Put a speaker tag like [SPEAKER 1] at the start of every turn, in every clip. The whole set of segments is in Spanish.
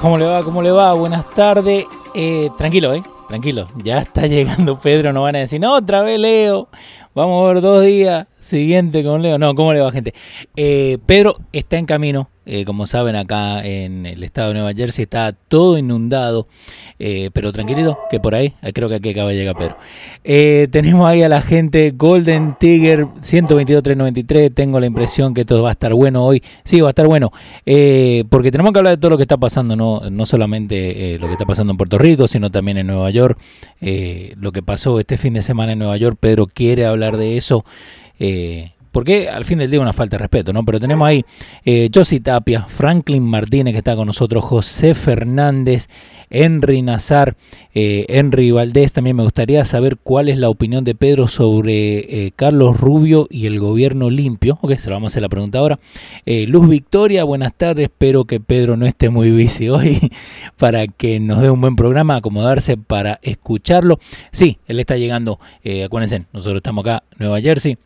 [SPEAKER 1] ¿Cómo le va? ¿Cómo le va? Buenas tardes. Eh, tranquilo, ¿eh? Tranquilo. Ya está llegando Pedro. No van a decir, no, otra vez Leo. Vamos a ver dos días. Siguiente con Leo. No, ¿cómo le va, gente? Eh, Pedro está en camino. Eh, como saben, acá en el estado de Nueva Jersey está todo inundado. Eh, pero tranquilito, que por ahí, eh, creo que aquí acaba de llegar Pedro. Eh, tenemos ahí a la gente Golden Tiger 122.393. Tengo la impresión que todo va a estar bueno hoy. Sí, va a estar bueno. eh, porque tenemos que hablar de todo lo que está pasando, no, no solamente eh, lo que está pasando en Puerto Rico, sino también en Nueva York. Eh, lo que pasó este fin de semana en Nueva York, Pedro quiere hablar de eso. eh, porque al fin del día una falta de respeto, ¿no? Pero tenemos ahí eh, Josie Tapia, Franklin Martínez que está con nosotros, José Fernández, Henry Nazar, eh, Henry Valdés. También me gustaría saber cuál es la opinión de Pedro sobre eh, Carlos Rubio y el gobierno limpio. Ok, se lo vamos a hacer la pregunta ahora. Eh, Luz Victoria, buenas tardes. Espero que Pedro no esté muy busy hoy para que nos dé un buen programa, acomodarse para escucharlo. Sí, él está llegando. eh, acuérdense, nosotros estamos acá, Nueva Jersey.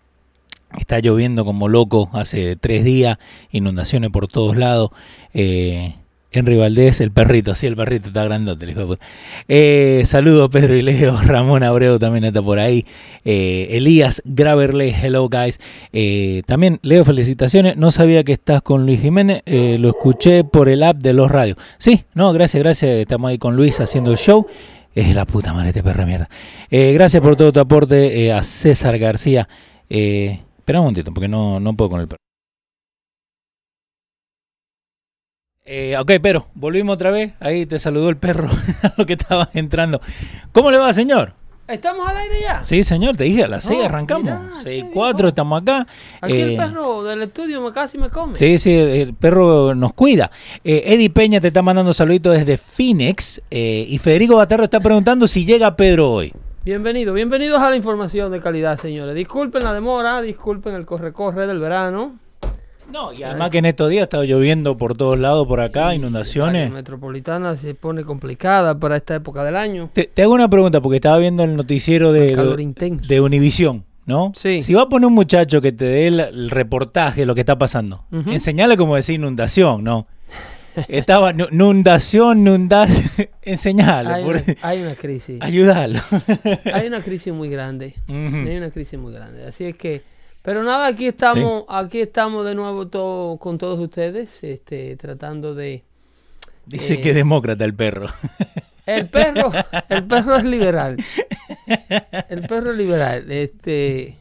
[SPEAKER 1] Está lloviendo como loco hace tres días, inundaciones por todos lados. Eh, Henry Valdés, el perrito, sí, el perrito está grandote, el hijo de puta. Eh, saludos Pedro y Leo, Ramón Abreu también está por ahí. Eh, Elías Graverle, hello guys. Eh, también Leo, felicitaciones. No sabía que estás con Luis Jiménez, eh, lo escuché por el app de los radios. Sí, no, gracias, gracias. Estamos ahí con Luis haciendo el show. Es la puta madre este perro de mierda. Eh, gracias por todo tu aporte eh, a César García. Eh, espera un momentito, porque no, no puedo con el perro. Eh, ok, pero volvimos otra vez. Ahí te saludó el perro lo que estabas entrando. ¿Cómo le va, señor?
[SPEAKER 2] ¿Estamos al aire ya?
[SPEAKER 1] Sí, señor, te dije, a las 6
[SPEAKER 2] Oh, mirá,
[SPEAKER 1] arrancamos.
[SPEAKER 2] sí,
[SPEAKER 1] 6,
[SPEAKER 2] viejo.
[SPEAKER 1] 4, estamos acá.
[SPEAKER 2] Aquí
[SPEAKER 1] Eh,
[SPEAKER 2] el perro del estudio me casi me come.
[SPEAKER 1] Sí, sí, el, el perro nos cuida. Eh, Eddie Peña te está mandando saluditos desde Phoenix. eh, y Federico Batardo está preguntando si llega Pedro hoy.
[SPEAKER 2] Bienvenido, bienvenidos a la información de calidad, señores. Disculpen la demora, disculpen el corre-corre del verano.
[SPEAKER 1] No,
[SPEAKER 2] Eh.
[SPEAKER 1] y además que en estos días ha estado lloviendo por todos lados, por acá,
[SPEAKER 2] La
[SPEAKER 1] inundaciones.
[SPEAKER 2] metropolitana se pone complicada para esta época del año.
[SPEAKER 1] Te, te hago una pregunta porque estaba viendo el noticiero de,
[SPEAKER 2] Un calor
[SPEAKER 1] de,
[SPEAKER 2] intenso.
[SPEAKER 1] de Univisión, ¿no?
[SPEAKER 2] Sí.
[SPEAKER 1] Si va a poner un muchacho que te dé el, el reportaje de lo que está pasando,
[SPEAKER 2] Ujú.
[SPEAKER 1] enseñale como decir inundación, ¿no? Estaba nu- inundación, inundación, enseñale,
[SPEAKER 2] hay,
[SPEAKER 1] por-
[SPEAKER 2] una, hay una crisis.
[SPEAKER 1] ayúdalo.
[SPEAKER 2] hay una crisis muy grande.
[SPEAKER 1] Ujú.
[SPEAKER 2] Hay una crisis muy grande. Así es que, pero nada, aquí estamos, aquí estamos de nuevo todo, con todos ustedes, este, tratando de
[SPEAKER 1] Dice
[SPEAKER 2] Eh.
[SPEAKER 1] que es demócrata el perro.
[SPEAKER 2] El perro, el perro es liberal. El perro es liberal. Este,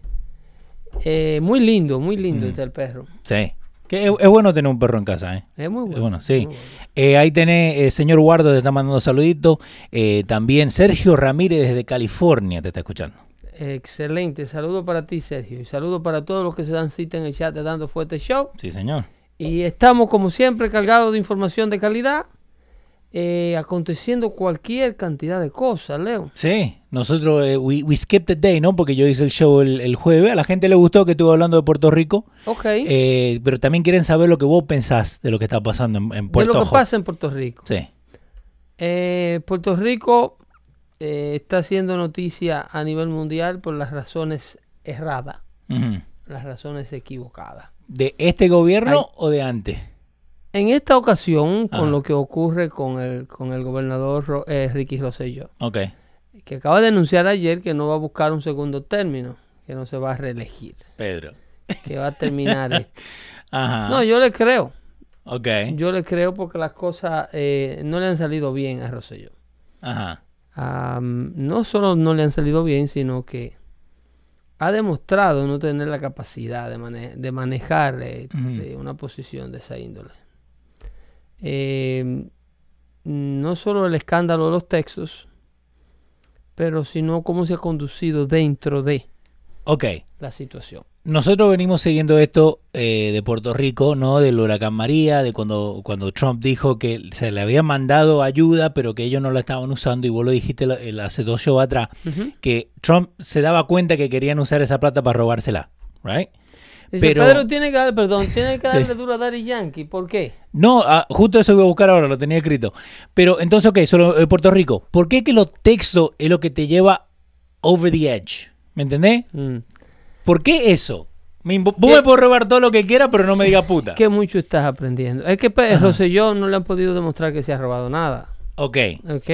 [SPEAKER 2] eh, muy lindo, muy
[SPEAKER 1] Mm.
[SPEAKER 2] lindo está el perro.
[SPEAKER 1] sí. Que es, es bueno tener un perro en casa, ¿eh?
[SPEAKER 2] Es muy bueno.
[SPEAKER 1] Eh, Bueno, sí.
[SPEAKER 2] muy bueno.
[SPEAKER 1] Eh, ahí tenés, eh, señor Guardo, te está mandando saluditos. Eh, también Sergio Ramírez desde California te está escuchando.
[SPEAKER 2] Excelente. Saludo para ti, Sergio. Y saludo para todos los que se dan cita en el chat de Dando Fuerte Show.
[SPEAKER 1] Sí, señor.
[SPEAKER 2] Y estamos, como siempre, cargados de información de calidad. eh, aconteciendo cualquier cantidad de cosas, Leo.
[SPEAKER 1] Sí, nosotros, eh, we, we skipped the day, ¿no? Porque yo hice el show el, el jueves. A la gente le gustó que estuve hablando de Puerto Rico.
[SPEAKER 2] Ok.
[SPEAKER 1] Eh, pero también quieren saber lo que vos pensás de lo que está pasando en, en
[SPEAKER 2] de
[SPEAKER 1] Puerto
[SPEAKER 2] lo que
[SPEAKER 1] Rico.
[SPEAKER 2] pasa en Puerto Rico.
[SPEAKER 1] Sí.
[SPEAKER 2] Eh, Puerto Rico eh, está haciendo noticia a nivel mundial por las razones erradas,
[SPEAKER 1] Ujú.
[SPEAKER 2] las razones equivocadas.
[SPEAKER 1] ¿De este gobierno
[SPEAKER 2] Ay.
[SPEAKER 1] o de antes?
[SPEAKER 2] En esta ocasión,
[SPEAKER 1] Ajá.
[SPEAKER 2] con lo que ocurre con el, con el gobernador Ro- eh, Ricky Rosselló,
[SPEAKER 1] Ok.
[SPEAKER 2] que acaba de anunciar ayer que no va a buscar un segundo término, que no se va a reelegir,
[SPEAKER 1] Pedro.
[SPEAKER 2] que va a terminar esto.
[SPEAKER 1] Ajá.
[SPEAKER 2] No, yo le creo.
[SPEAKER 1] Ah. ok.
[SPEAKER 2] Yo le creo porque las cosas eh, no le han salido bien a Rosselló.
[SPEAKER 1] Ajá.
[SPEAKER 2] Ah, no solo no le han salido bien, sino que ha demostrado no tener la capacidad de, mane- de manejar eh,
[SPEAKER 1] Ujú.
[SPEAKER 2] este, una posición de esa índole. Eh, no solo el escándalo de los textos, pero sino cómo se ha conducido dentro de
[SPEAKER 1] Ok.
[SPEAKER 2] la situación.
[SPEAKER 1] Nosotros venimos siguiendo esto eh, de Puerto Rico, ¿no? Del huracán María, de cuando, cuando Trump dijo que se le había mandado ayuda, pero que ellos no la estaban usando, y vos lo dijiste la- el- hace dos shows atrás, que Trump se daba cuenta que querían usar esa plata para robársela, ¿right?
[SPEAKER 2] Dice,
[SPEAKER 1] Pero-
[SPEAKER 2] Pedro tiene que dar, perdón, tiene que
[SPEAKER 1] Sí.
[SPEAKER 2] darle duro a Daddy Yankee. ¿Por qué?
[SPEAKER 1] No, ah, justo eso voy a buscar ahora, lo tenía escrito. Pero entonces, ok, solo eh, Puerto Rico. ¿Por qué que los textos es lo que te lleva over the edge? ¿Me entendés? ¿Por qué eso? Me, invo- vos
[SPEAKER 2] ¿Qué?
[SPEAKER 1] me puedes robar todo lo que quieras, pero no me digas puta.
[SPEAKER 2] Qué mucho estás aprendiendo. Es que pues, Rosselló no le han podido demostrar que se ha robado nada.
[SPEAKER 1] Ok,
[SPEAKER 2] ¿Ok?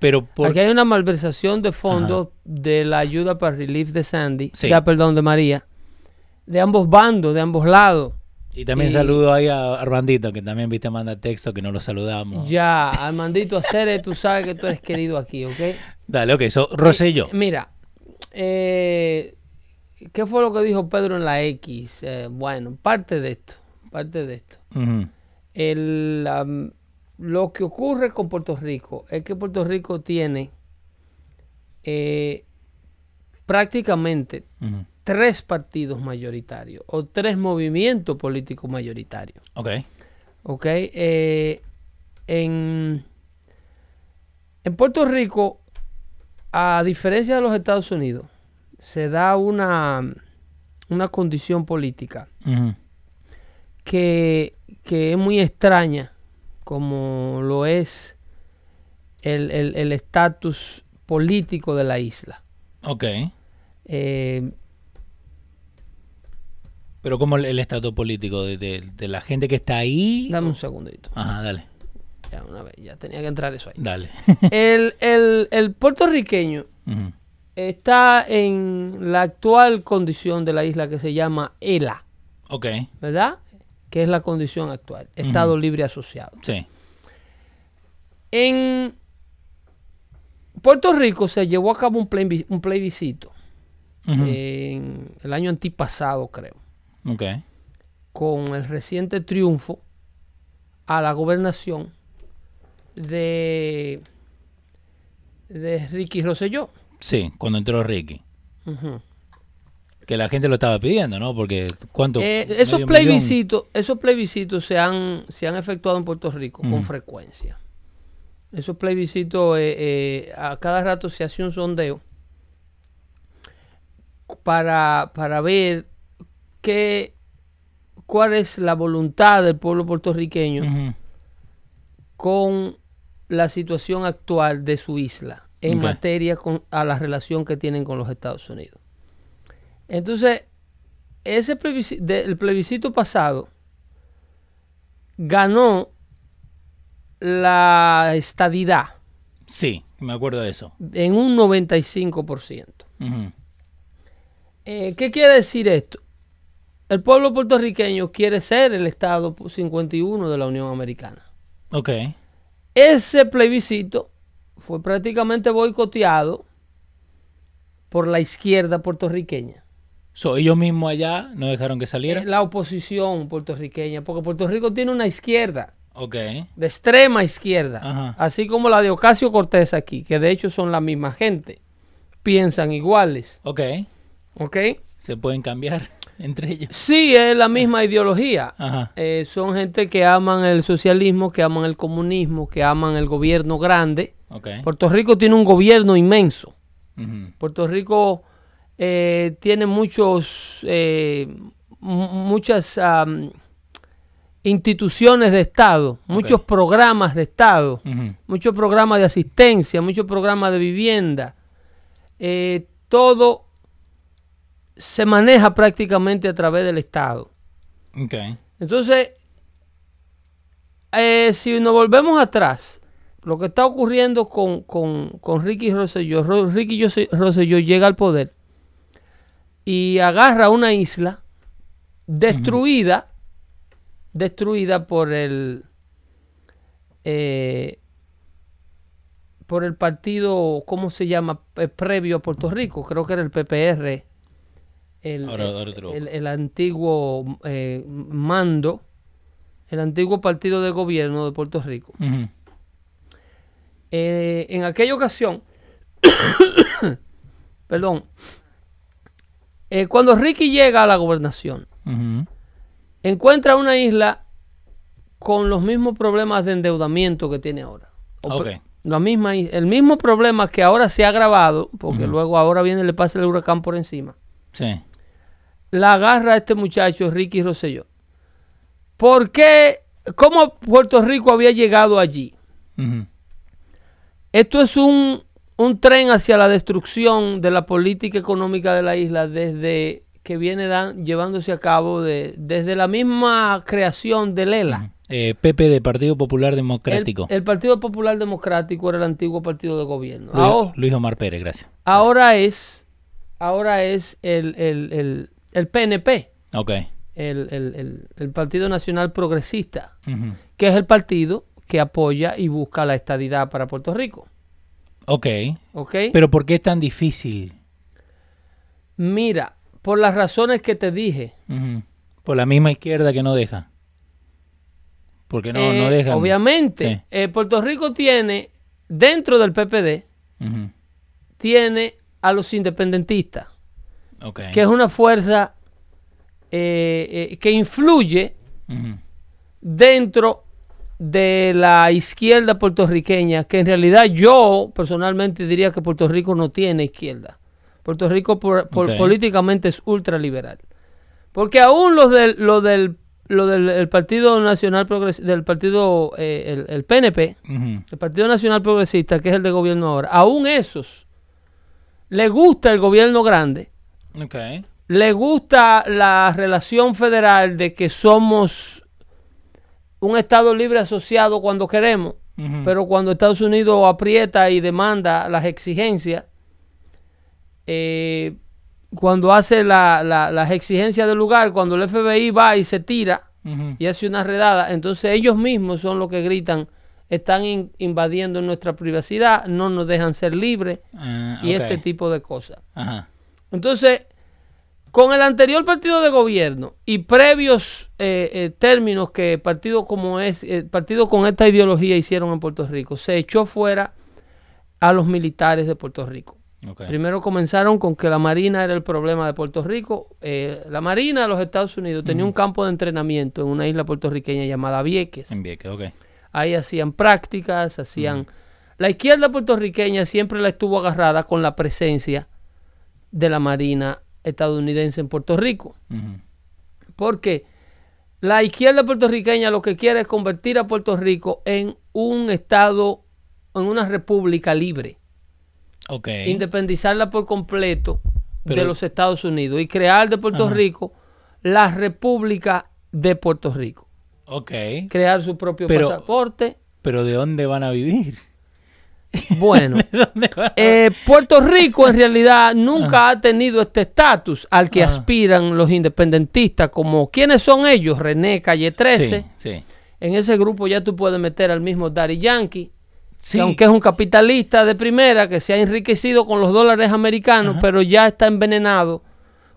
[SPEAKER 1] pero por...
[SPEAKER 2] Aquí hay una malversación de fondos de la ayuda para relief de Sandy,
[SPEAKER 1] Sí.
[SPEAKER 2] ya, perdón, de María, de ambos bandos, de ambos lados.
[SPEAKER 1] Y también
[SPEAKER 2] y-
[SPEAKER 1] saludo ahí a Armandito, que también viste manda texto que no lo saludamos.
[SPEAKER 2] Ya, Armandito Aceres, tú sabes que tú eres querido aquí, ¿ok?
[SPEAKER 1] Dale, ok, eso, Rosselló.
[SPEAKER 2] Mira, eh, ¿qué fue lo que dijo Pedro en la X? Eh, bueno, parte de esto, parte de esto.
[SPEAKER 1] Ujú.
[SPEAKER 2] el, am, lo que ocurre con Puerto Rico es que Puerto Rico tiene eh, prácticamente
[SPEAKER 1] Ujú.
[SPEAKER 2] tres partidos mayoritarios o tres movimientos políticos mayoritarios.
[SPEAKER 1] Ok,
[SPEAKER 2] ¿Ok? Eh, en, en Puerto Rico, a diferencia de los Estados Unidos, se da una, una condición política
[SPEAKER 1] Ujú.
[SPEAKER 2] que, que es muy extraña, como lo es el- el el estatus político de la isla.
[SPEAKER 1] ok.
[SPEAKER 2] Eh,
[SPEAKER 1] Pero como el, el estatus político de, de- de la gente que está ahí...
[SPEAKER 2] dame un segundito.
[SPEAKER 1] Ajá, dale,
[SPEAKER 2] Ya, una vez, ya tenía que entrar eso ahí.
[SPEAKER 1] dale.
[SPEAKER 2] El, el- el puertorriqueño
[SPEAKER 1] Ujú.
[SPEAKER 2] está en la actual condición de la isla que se llama ELA,
[SPEAKER 1] Ok,
[SPEAKER 2] ¿verdad? Que es la condición actual, Estado Libre Asociado.
[SPEAKER 1] sí.
[SPEAKER 2] En Puerto Rico se llevó a cabo un plebis- un plebiscito.
[SPEAKER 1] Ujú.
[SPEAKER 2] en el año antipasado, creo,
[SPEAKER 1] Ok.
[SPEAKER 2] con el reciente triunfo a la gobernación de, de Ricky Rosselló.
[SPEAKER 1] Sí, cuando entró Ricky.
[SPEAKER 2] Ujú.
[SPEAKER 1] Que la gente lo estaba pidiendo, ¿no? Porque cuánto...
[SPEAKER 2] Eh, esos,
[SPEAKER 1] Medio millón.
[SPEAKER 2] plebiscitos, esos plebiscitos se han, se han efectuado en Puerto Rico con
[SPEAKER 1] Ujú.
[SPEAKER 2] frecuencia. Esos plebiscitos, eh, eh, a cada rato se hace un sondeo para, para ver qué, cuál es la voluntad del pueblo puertorriqueño
[SPEAKER 1] Ujú.
[SPEAKER 2] con la situación actual de su isla en
[SPEAKER 1] Ok.
[SPEAKER 2] materia con, a la relación que tienen con los Estados Unidos. Entonces, ese plebisci- de- el plebiscito pasado ganó la estadidad
[SPEAKER 1] Sí, me acuerdo de eso.
[SPEAKER 2] en un 95%.
[SPEAKER 1] Ujú.
[SPEAKER 2] Eh, ¿Qué quiere decir esto? El pueblo puertorriqueño quiere ser el Estado 51 de la Unión Americana.
[SPEAKER 1] Ok.
[SPEAKER 2] Ese plebiscito fue prácticamente boicoteado por la izquierda puertorriqueña,
[SPEAKER 1] So, ellos mismos allá no dejaron que saliera.
[SPEAKER 2] eh, la oposición puertorriqueña, porque Puerto Rico tiene una izquierda,
[SPEAKER 1] Ok.
[SPEAKER 2] de extrema izquierda,
[SPEAKER 1] Ajá.
[SPEAKER 2] así como la de Ocasio Cortés aquí, que de hecho son la misma gente, piensan iguales,
[SPEAKER 1] Ok.
[SPEAKER 2] ¿ok?
[SPEAKER 1] Se pueden cambiar entre ellos.
[SPEAKER 2] Sí, es la misma ideología.
[SPEAKER 1] Ajá.
[SPEAKER 2] Eh, son gente que aman el socialismo, que aman el comunismo, que aman el gobierno grande.
[SPEAKER 1] Ok.
[SPEAKER 2] Puerto Rico tiene un gobierno inmenso.
[SPEAKER 1] Ujú.
[SPEAKER 2] Puerto Rico eh, tiene muchos eh, mu- muchas am, instituciones de Estado, muchos programas de Estado,
[SPEAKER 1] Ujú.
[SPEAKER 2] muchos programas de asistencia, muchos programas de vivienda. Eh, todo se maneja prácticamente a través del Estado.
[SPEAKER 1] Ok.
[SPEAKER 2] Entonces, eh, si nos volvemos atrás, lo que está ocurriendo con, con, con Ricky Rosselló, Ro- Ricky Jose- Rosselló llega al poder y agarra una isla destruida destruida por el eh, por el partido, ¿cómo se llama? Eh, previo a Puerto Rico, creo que era el PPR, el,
[SPEAKER 1] Ahora- ahora te lo busco.
[SPEAKER 2] el- el antiguo eh, mando, el antiguo partido de gobierno de Puerto Rico.
[SPEAKER 1] Ujú.
[SPEAKER 2] Eh, en aquella ocasión, perdón, eh, cuando Ricky llega a la gobernación,
[SPEAKER 1] Ujú.
[SPEAKER 2] encuentra una isla con los mismos problemas de endeudamiento que tiene ahora.
[SPEAKER 1] Ok.
[SPEAKER 2] pe- La misma, is- el mismo problema que ahora se ha agravado, porque
[SPEAKER 1] Ujú.
[SPEAKER 2] luego ahora viene le pasa el huracán por encima.
[SPEAKER 1] Sí.
[SPEAKER 2] La agarra este muchacho Ricky Rosselló. ¿Por qué? ¿Cómo Puerto Rico había llegado allí?
[SPEAKER 1] Ujú.
[SPEAKER 2] Esto es un, un tren hacia la destrucción de la política económica de la isla desde que viene dan- llevándose a cabo de- desde la misma creación del ELA.
[SPEAKER 1] Eh, Pepe de Partido Popular
[SPEAKER 2] El,
[SPEAKER 1] Democrático.
[SPEAKER 2] el Partido Popular Democrático era el antiguo partido de gobierno.
[SPEAKER 1] Luis,
[SPEAKER 2] Ahora,
[SPEAKER 1] Luis Omar Pérez, gracias.
[SPEAKER 2] ahora es, ahora es el, el- el- el PNP,
[SPEAKER 1] Ok.
[SPEAKER 2] el- el- el- el Partido Nacional Progresista,
[SPEAKER 1] Ujú.
[SPEAKER 2] que es el partido que apoya y busca la estadidad para Puerto Rico.
[SPEAKER 1] Ok.
[SPEAKER 2] ¿ok?
[SPEAKER 1] Pero ¿por qué es tan difícil?
[SPEAKER 2] Mira, por las razones que te dije.
[SPEAKER 1] Ujú. Por la misma izquierda que no deja. Porque no,
[SPEAKER 2] Eh,
[SPEAKER 1] no dejan.
[SPEAKER 2] Obviamente,
[SPEAKER 1] Sí.
[SPEAKER 2] eh, Puerto Rico tiene, dentro del PPD,
[SPEAKER 1] Ujú.
[SPEAKER 2] tiene a los independentistas,
[SPEAKER 1] Ok.
[SPEAKER 2] que es una fuerza eh, eh, que influye
[SPEAKER 1] Ujú.
[SPEAKER 2] dentro de la izquierda puertorriqueña, que en realidad yo personalmente diría que Puerto Rico no tiene izquierda. Puerto Rico por- por-
[SPEAKER 1] Ok.
[SPEAKER 2] políticamente es ultraliberal. Porque aún los del, lo del, lo del el Partido Nacional Progres del Partido, eh, el, el PNP,
[SPEAKER 1] Ujú.
[SPEAKER 2] el Partido Nacional Progresista, que es el de gobierno ahora, aún esos le gusta el gobierno grande,
[SPEAKER 1] Ok.
[SPEAKER 2] le gusta la relación federal de que somos un Estado libre asociado cuando queremos,
[SPEAKER 1] Ujú.
[SPEAKER 2] pero cuando Estados Unidos aprieta y demanda las exigencias, eh, cuando hace la- la- las exigencias del lugar, cuando el FBI va y se tira
[SPEAKER 1] Ujú.
[SPEAKER 2] y hace una redada, entonces ellos mismos son los que gritan, están in- invadiendo nuestra privacidad, no nos dejan ser libres
[SPEAKER 1] Ah,
[SPEAKER 2] y
[SPEAKER 1] ok.
[SPEAKER 2] este tipo de cosas.
[SPEAKER 1] Ajá.
[SPEAKER 2] Entonces, con el anterior partido de gobierno y previos eh, eh, términos que partidos como es, eh, partidos con esta ideología hicieron en Puerto Rico, se echó fuera a los militares de Puerto Rico.
[SPEAKER 1] Ok.
[SPEAKER 2] Primero comenzaron con que la Marina era el problema de Puerto Rico. Eh, la Marina de los Estados Unidos tenía un campo de entrenamiento en una isla puertorriqueña llamada Vieques.
[SPEAKER 1] En Vieques, ok.
[SPEAKER 2] Ahí hacían prácticas, hacían... La izquierda puertorriqueña siempre la estuvo agarrada con la presencia de la Marina estadounidense en Puerto Rico.
[SPEAKER 1] Ujú.
[SPEAKER 2] Porque la izquierda puertorriqueña lo que quiere es convertir a Puerto Rico en un estado, en una república libre.
[SPEAKER 1] Ok.
[SPEAKER 2] Independizarla por completo de
[SPEAKER 1] Pero-
[SPEAKER 2] los Estados Unidos y crear de Puerto
[SPEAKER 1] Ajá.
[SPEAKER 2] Rico la república de Puerto Rico.
[SPEAKER 1] Ok.
[SPEAKER 2] Crear su propio
[SPEAKER 1] Pero-
[SPEAKER 2] pasaporte.
[SPEAKER 1] Pero ¿de dónde van a vivir?
[SPEAKER 2] Bueno.
[SPEAKER 1] ¿De dónde van a
[SPEAKER 2] Eh, Puerto Rico en realidad nunca ha tenido este estatus al que
[SPEAKER 1] Ajá.
[SPEAKER 2] aspiran los independentistas, como quiénes son ellos, René Calle 13.
[SPEAKER 1] Sí, sí.
[SPEAKER 2] En ese grupo ya tú puedes meter al mismo Daddy Yankee,
[SPEAKER 1] Sí.
[SPEAKER 2] que aunque es un capitalista de primera, que se ha enriquecido con los dólares americanos, pero ya está envenenado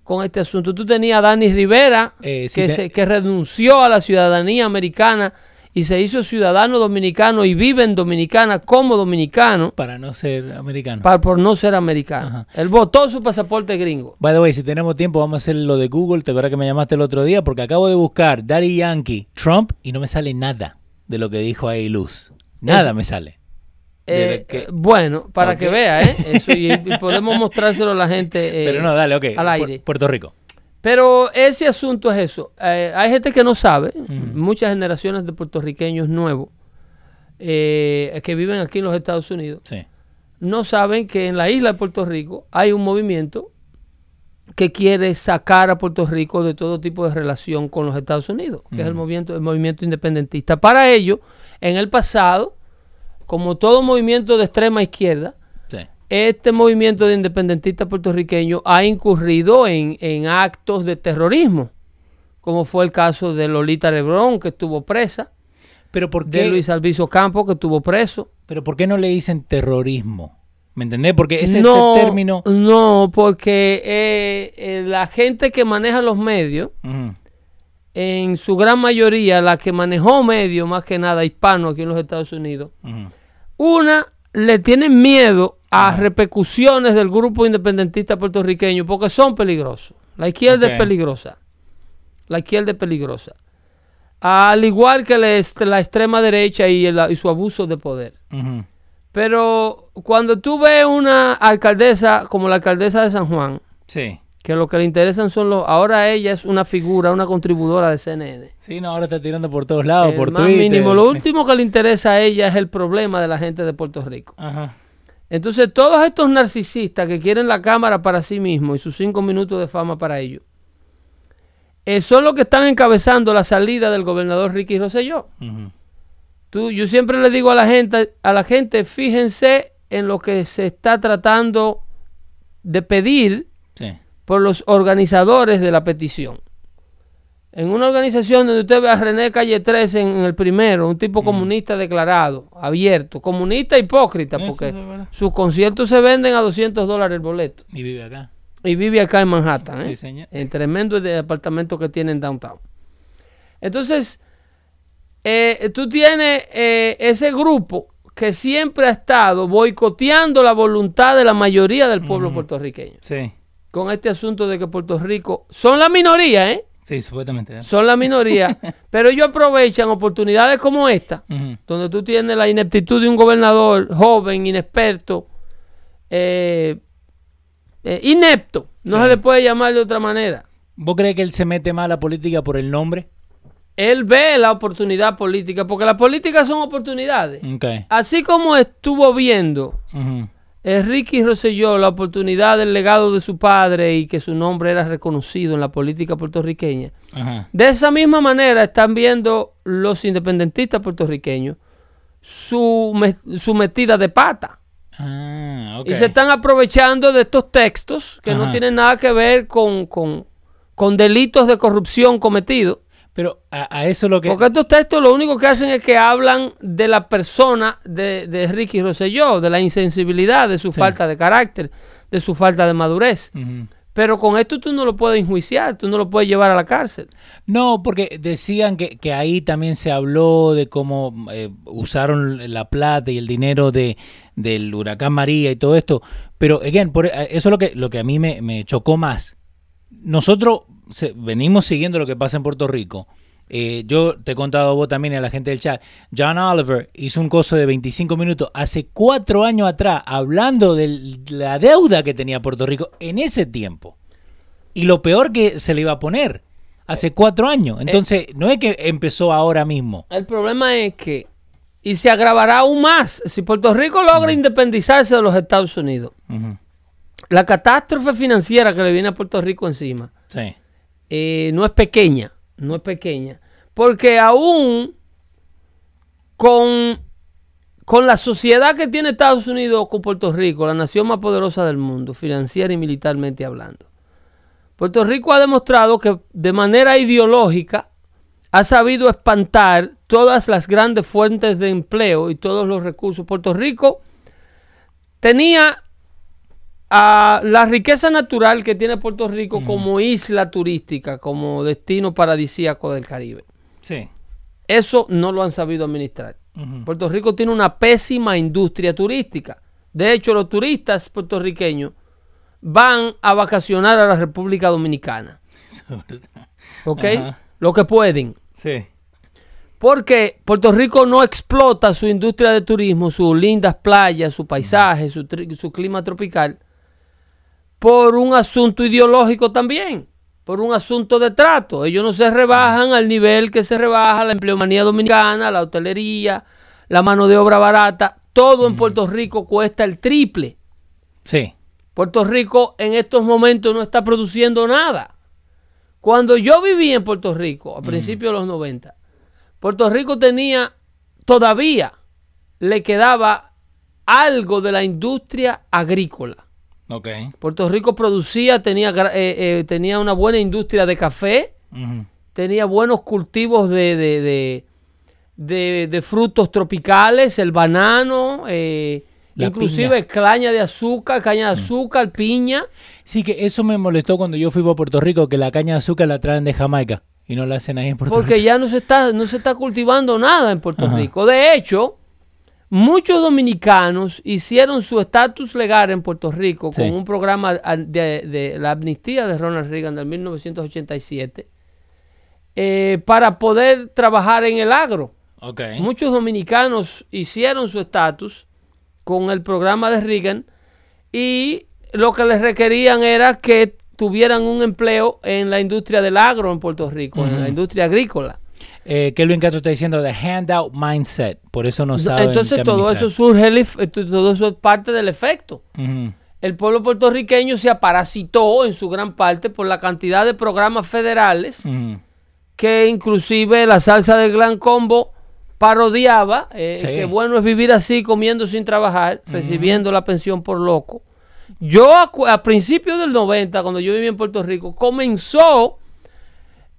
[SPEAKER 2] con este asunto. Tú tenías a Dani Rivera,
[SPEAKER 1] Eh, sí
[SPEAKER 2] que,
[SPEAKER 1] te-
[SPEAKER 2] se- que renunció a la ciudadanía americana y se hizo ciudadano dominicano y vive en Dominicana como dominicano
[SPEAKER 1] Para no ser americano.
[SPEAKER 2] pa- por no ser americano.
[SPEAKER 1] Ajá.
[SPEAKER 2] Él votó su pasaporte gringo.
[SPEAKER 1] By the way, si tenemos tiempo, vamos a hacer lo de Google. Te acuerdas que me llamaste el otro día porque acabo de buscar Daddy Yankee, Trump, y no me sale nada de lo que dijo ahí Luz. Nada me sale. De
[SPEAKER 2] Eh,
[SPEAKER 1] lo que-
[SPEAKER 2] eh, bueno, para
[SPEAKER 1] Ok.
[SPEAKER 2] que vea, ¿eh? Eso, y, y podemos mostrárselo a la gente eh,
[SPEAKER 1] Pero no, dale, ok.
[SPEAKER 2] al
[SPEAKER 1] Pu-
[SPEAKER 2] aire.
[SPEAKER 1] Puerto Rico.
[SPEAKER 2] Pero ese asunto es eso. Eh, hay gente que no sabe, muchas generaciones de puertorriqueños nuevos eh, que viven aquí en los Estados Unidos,
[SPEAKER 1] Sí.
[SPEAKER 2] no saben que en la isla de Puerto Rico hay un movimiento que quiere sacar a Puerto Rico de todo tipo de relación con los Estados Unidos, que es el movimiento, el movimiento independentista. Para ello, en el pasado, como todo movimiento de extrema izquierda,
[SPEAKER 1] Sí.
[SPEAKER 2] este movimiento de independentistas puertorriqueños ha incurrido en, en actos de terrorismo, como fue el caso de Lolita Lebrón, que estuvo presa,
[SPEAKER 1] Pero ¿por
[SPEAKER 2] de
[SPEAKER 1] qué,
[SPEAKER 2] Luis Alviso Campo, que estuvo preso.
[SPEAKER 1] pero ¿por qué no le dicen terrorismo? ¿Me entendés? Porque ese,
[SPEAKER 2] no,
[SPEAKER 1] ese término...
[SPEAKER 2] No, porque eh, eh, la gente que maneja los medios,
[SPEAKER 1] Ujú.
[SPEAKER 2] en su gran mayoría, la que manejó medios, más que nada hispano aquí en los Estados Unidos,
[SPEAKER 1] Ujú.
[SPEAKER 2] Una, le tienen miedo a repercusiones del grupo independentista puertorriqueño porque son peligrosos. La izquierda
[SPEAKER 1] Ok.
[SPEAKER 2] es peligrosa. La izquierda es peligrosa. Al igual que la, est- la extrema derecha y, el- y su abuso de poder.
[SPEAKER 1] Ujú.
[SPEAKER 2] Pero cuando tú ves una alcaldesa como la alcaldesa de San Juan,
[SPEAKER 1] Sí.
[SPEAKER 2] que lo que le interesan son los... Ahora ella es una figura, una contribuidora de CNN.
[SPEAKER 1] Sí, no, ahora está tirando por todos lados,
[SPEAKER 2] El
[SPEAKER 1] por
[SPEAKER 2] más
[SPEAKER 1] Twitter.
[SPEAKER 2] mínimo. Lo
[SPEAKER 1] Sí.
[SPEAKER 2] último que le interesa a ella es el problema de la gente de Puerto Rico.
[SPEAKER 1] Ajá.
[SPEAKER 2] Entonces, todos estos narcisistas que quieren la cámara para sí mismos y sus cinco minutos de fama para ellos, eh, son los que están encabezando la salida del gobernador Ricky Rosselló.
[SPEAKER 1] Ujú.
[SPEAKER 2] Tú, yo siempre le digo a la gente, a la gente, fíjense en lo que se está tratando de pedir
[SPEAKER 1] Sí.
[SPEAKER 2] por los organizadores de la petición. En una organización donde usted ve a René Calle 13 en, en el primero, un
[SPEAKER 1] Mm.
[SPEAKER 2] tipo comunista declarado, abierto, comunista hipócrita,
[SPEAKER 1] Eso
[SPEAKER 2] porque
[SPEAKER 1] es verdad.
[SPEAKER 2] sus conciertos se venden a 200 dólares el boleto.
[SPEAKER 1] Y vive acá.
[SPEAKER 2] Y vive acá en Manhattan, ¿eh?
[SPEAKER 1] Sí, señor.
[SPEAKER 2] en tremendo de- apartamento que tiene en downtown. Entonces, eh, tú tienes eh, ese grupo que siempre ha estado boicoteando la voluntad de la mayoría del pueblo puertorriqueño
[SPEAKER 1] Sí.
[SPEAKER 2] con este asunto de que Puerto Rico son la minoría, ¿eh?
[SPEAKER 1] Sí, supuestamente. ¿eh?
[SPEAKER 2] Son la minoría, pero ellos aprovechan oportunidades como esta,
[SPEAKER 1] Ujú.
[SPEAKER 2] donde tú tienes la ineptitud de un gobernador joven, inexperto, eh, eh, inepto, no
[SPEAKER 1] Sí.
[SPEAKER 2] se le puede llamar de otra manera.
[SPEAKER 1] ¿Vos crees que él se mete más a la política por el nombre?
[SPEAKER 2] Él ve la oportunidad política, porque las políticas son oportunidades.
[SPEAKER 1] Ok.
[SPEAKER 2] Así como estuvo viendo
[SPEAKER 1] Ujú.
[SPEAKER 2] Enrique Rosselló la oportunidad del legado de su padre y que su nombre era reconocido en la política puertorriqueña.
[SPEAKER 1] Ajá.
[SPEAKER 2] De esa misma manera están viendo los independentistas puertorriqueños su, me- su metida de pata.
[SPEAKER 1] Ah, ok.
[SPEAKER 2] Y se están aprovechando de estos textos que
[SPEAKER 1] Ajá.
[SPEAKER 2] no tienen nada que ver con, con- con delitos de corrupción cometidos.
[SPEAKER 1] Pero a, a eso lo que...
[SPEAKER 2] Porque estos textos lo único que hacen es que hablan de la persona de, de Ricky Rosselló, de la insensibilidad, de su falta de carácter, de su falta de madurez.
[SPEAKER 1] Ujú.
[SPEAKER 2] Pero con esto tú no lo puedes enjuiciar, tú no lo puedes llevar a la cárcel.
[SPEAKER 1] No, porque decían que, que ahí también se habló de cómo eh, usaron la plata y el dinero de, del huracán María y todo esto. Pero, again, por, eh, eso es lo que, lo que a mí me, me chocó más. Nosotros se- venimos siguiendo lo que pasa en Puerto Rico. Eh, yo te he contado a vos también y a la gente del chat. John Oliver hizo un coso de 25 minutos hace cuatro años atrás hablando de la deuda que tenía Puerto Rico en ese tiempo y lo peor que se le iba a poner hace cuatro años. Entonces, no es que empezó ahora mismo.
[SPEAKER 2] El problema es que, y se agravará aún más, si Puerto Rico logra independizarse de los Estados Unidos, la catástrofe financiera que le viene a Puerto Rico encima
[SPEAKER 1] Sí.
[SPEAKER 2] eh, no es pequeña, no es pequeña, porque aún con, con la sociedad que tiene Estados Unidos con Puerto Rico, la nación más poderosa del mundo, financiera y militarmente hablando, Puerto Rico ha demostrado que de manera ideológica ha sabido espantar todas las grandes fuentes de empleo y todos los recursos. Puerto Rico tenía a la riqueza natural que tiene Puerto Rico como isla turística, como destino paradisíaco del Caribe.
[SPEAKER 1] Sí.
[SPEAKER 2] Eso no lo han sabido administrar.
[SPEAKER 1] Ujú.
[SPEAKER 2] Puerto Rico tiene una pésima industria turística. De hecho, los turistas puertorriqueños van a vacacionar a la República Dominicana. ¿Ok?
[SPEAKER 1] Ajá.
[SPEAKER 2] Lo que pueden.
[SPEAKER 1] Sí.
[SPEAKER 2] Porque Puerto Rico no explota su industria de turismo, sus lindas playas, su paisaje, su, tri- su clima tropical, por un asunto ideológico también, por un asunto de trato. Ellos no se rebajan al nivel que se rebaja la empleomanía dominicana, la hotelería, la mano de obra barata. Todo en Puerto Rico cuesta el triple.
[SPEAKER 1] Sí.
[SPEAKER 2] Puerto Rico en estos momentos no está produciendo nada. Cuando yo viví en Puerto Rico, a principios de los 90, Puerto Rico tenía, todavía le quedaba algo de la industria agrícola.
[SPEAKER 1] Ok.
[SPEAKER 2] Puerto Rico producía, tenía, gra- eh, eh, tenía una buena industria de café,
[SPEAKER 1] Ujú.
[SPEAKER 2] tenía buenos cultivos de, de, de, de- de frutos tropicales, el banano, eh,
[SPEAKER 1] La
[SPEAKER 2] inclusive caña de azúcar, caña de azúcar, piña.
[SPEAKER 1] Sí, que eso me molestó cuando yo fui para Puerto Rico, que la caña de azúcar la traen de Jamaica y no la hacen ahí en Puerto
[SPEAKER 2] porque
[SPEAKER 1] Rico.
[SPEAKER 2] ya no se está no se está cultivando nada en Puerto
[SPEAKER 1] Ajá.
[SPEAKER 2] Rico. De hecho, muchos dominicanos hicieron su estatus legal en Puerto Rico
[SPEAKER 1] Sí.
[SPEAKER 2] con un programa a- de, de la amnistía de Ronald Reagan del 1987 eh, para poder trabajar en el agro.
[SPEAKER 1] Ok.
[SPEAKER 2] Muchos dominicanos hicieron su estatus con el programa de Reagan y lo que les requerían era que tuvieran un empleo en la industria del agro en Puerto Rico, en la
[SPEAKER 1] Ujú.
[SPEAKER 2] industria agrícola.
[SPEAKER 1] Eh, Kelvin Castro está diciendo de handout mindset, por eso no saben.
[SPEAKER 2] Entonces
[SPEAKER 1] qué
[SPEAKER 2] todo eso
[SPEAKER 1] administrar.
[SPEAKER 2] surge, el ef- esto- todo eso es parte del efecto.
[SPEAKER 1] Ujú.
[SPEAKER 2] El pueblo puertorriqueño se aparasitó en su gran parte por la cantidad de programas federales
[SPEAKER 1] Ujú.
[SPEAKER 2] que inclusive la salsa del Gran Combo parodiaba eh,
[SPEAKER 1] Sí.
[SPEAKER 2] que bueno es vivir así comiendo sin trabajar, recibiendo la pensión por loco. Yo a, cu- a principios del 90, cuando yo viví en Puerto Rico, comenzó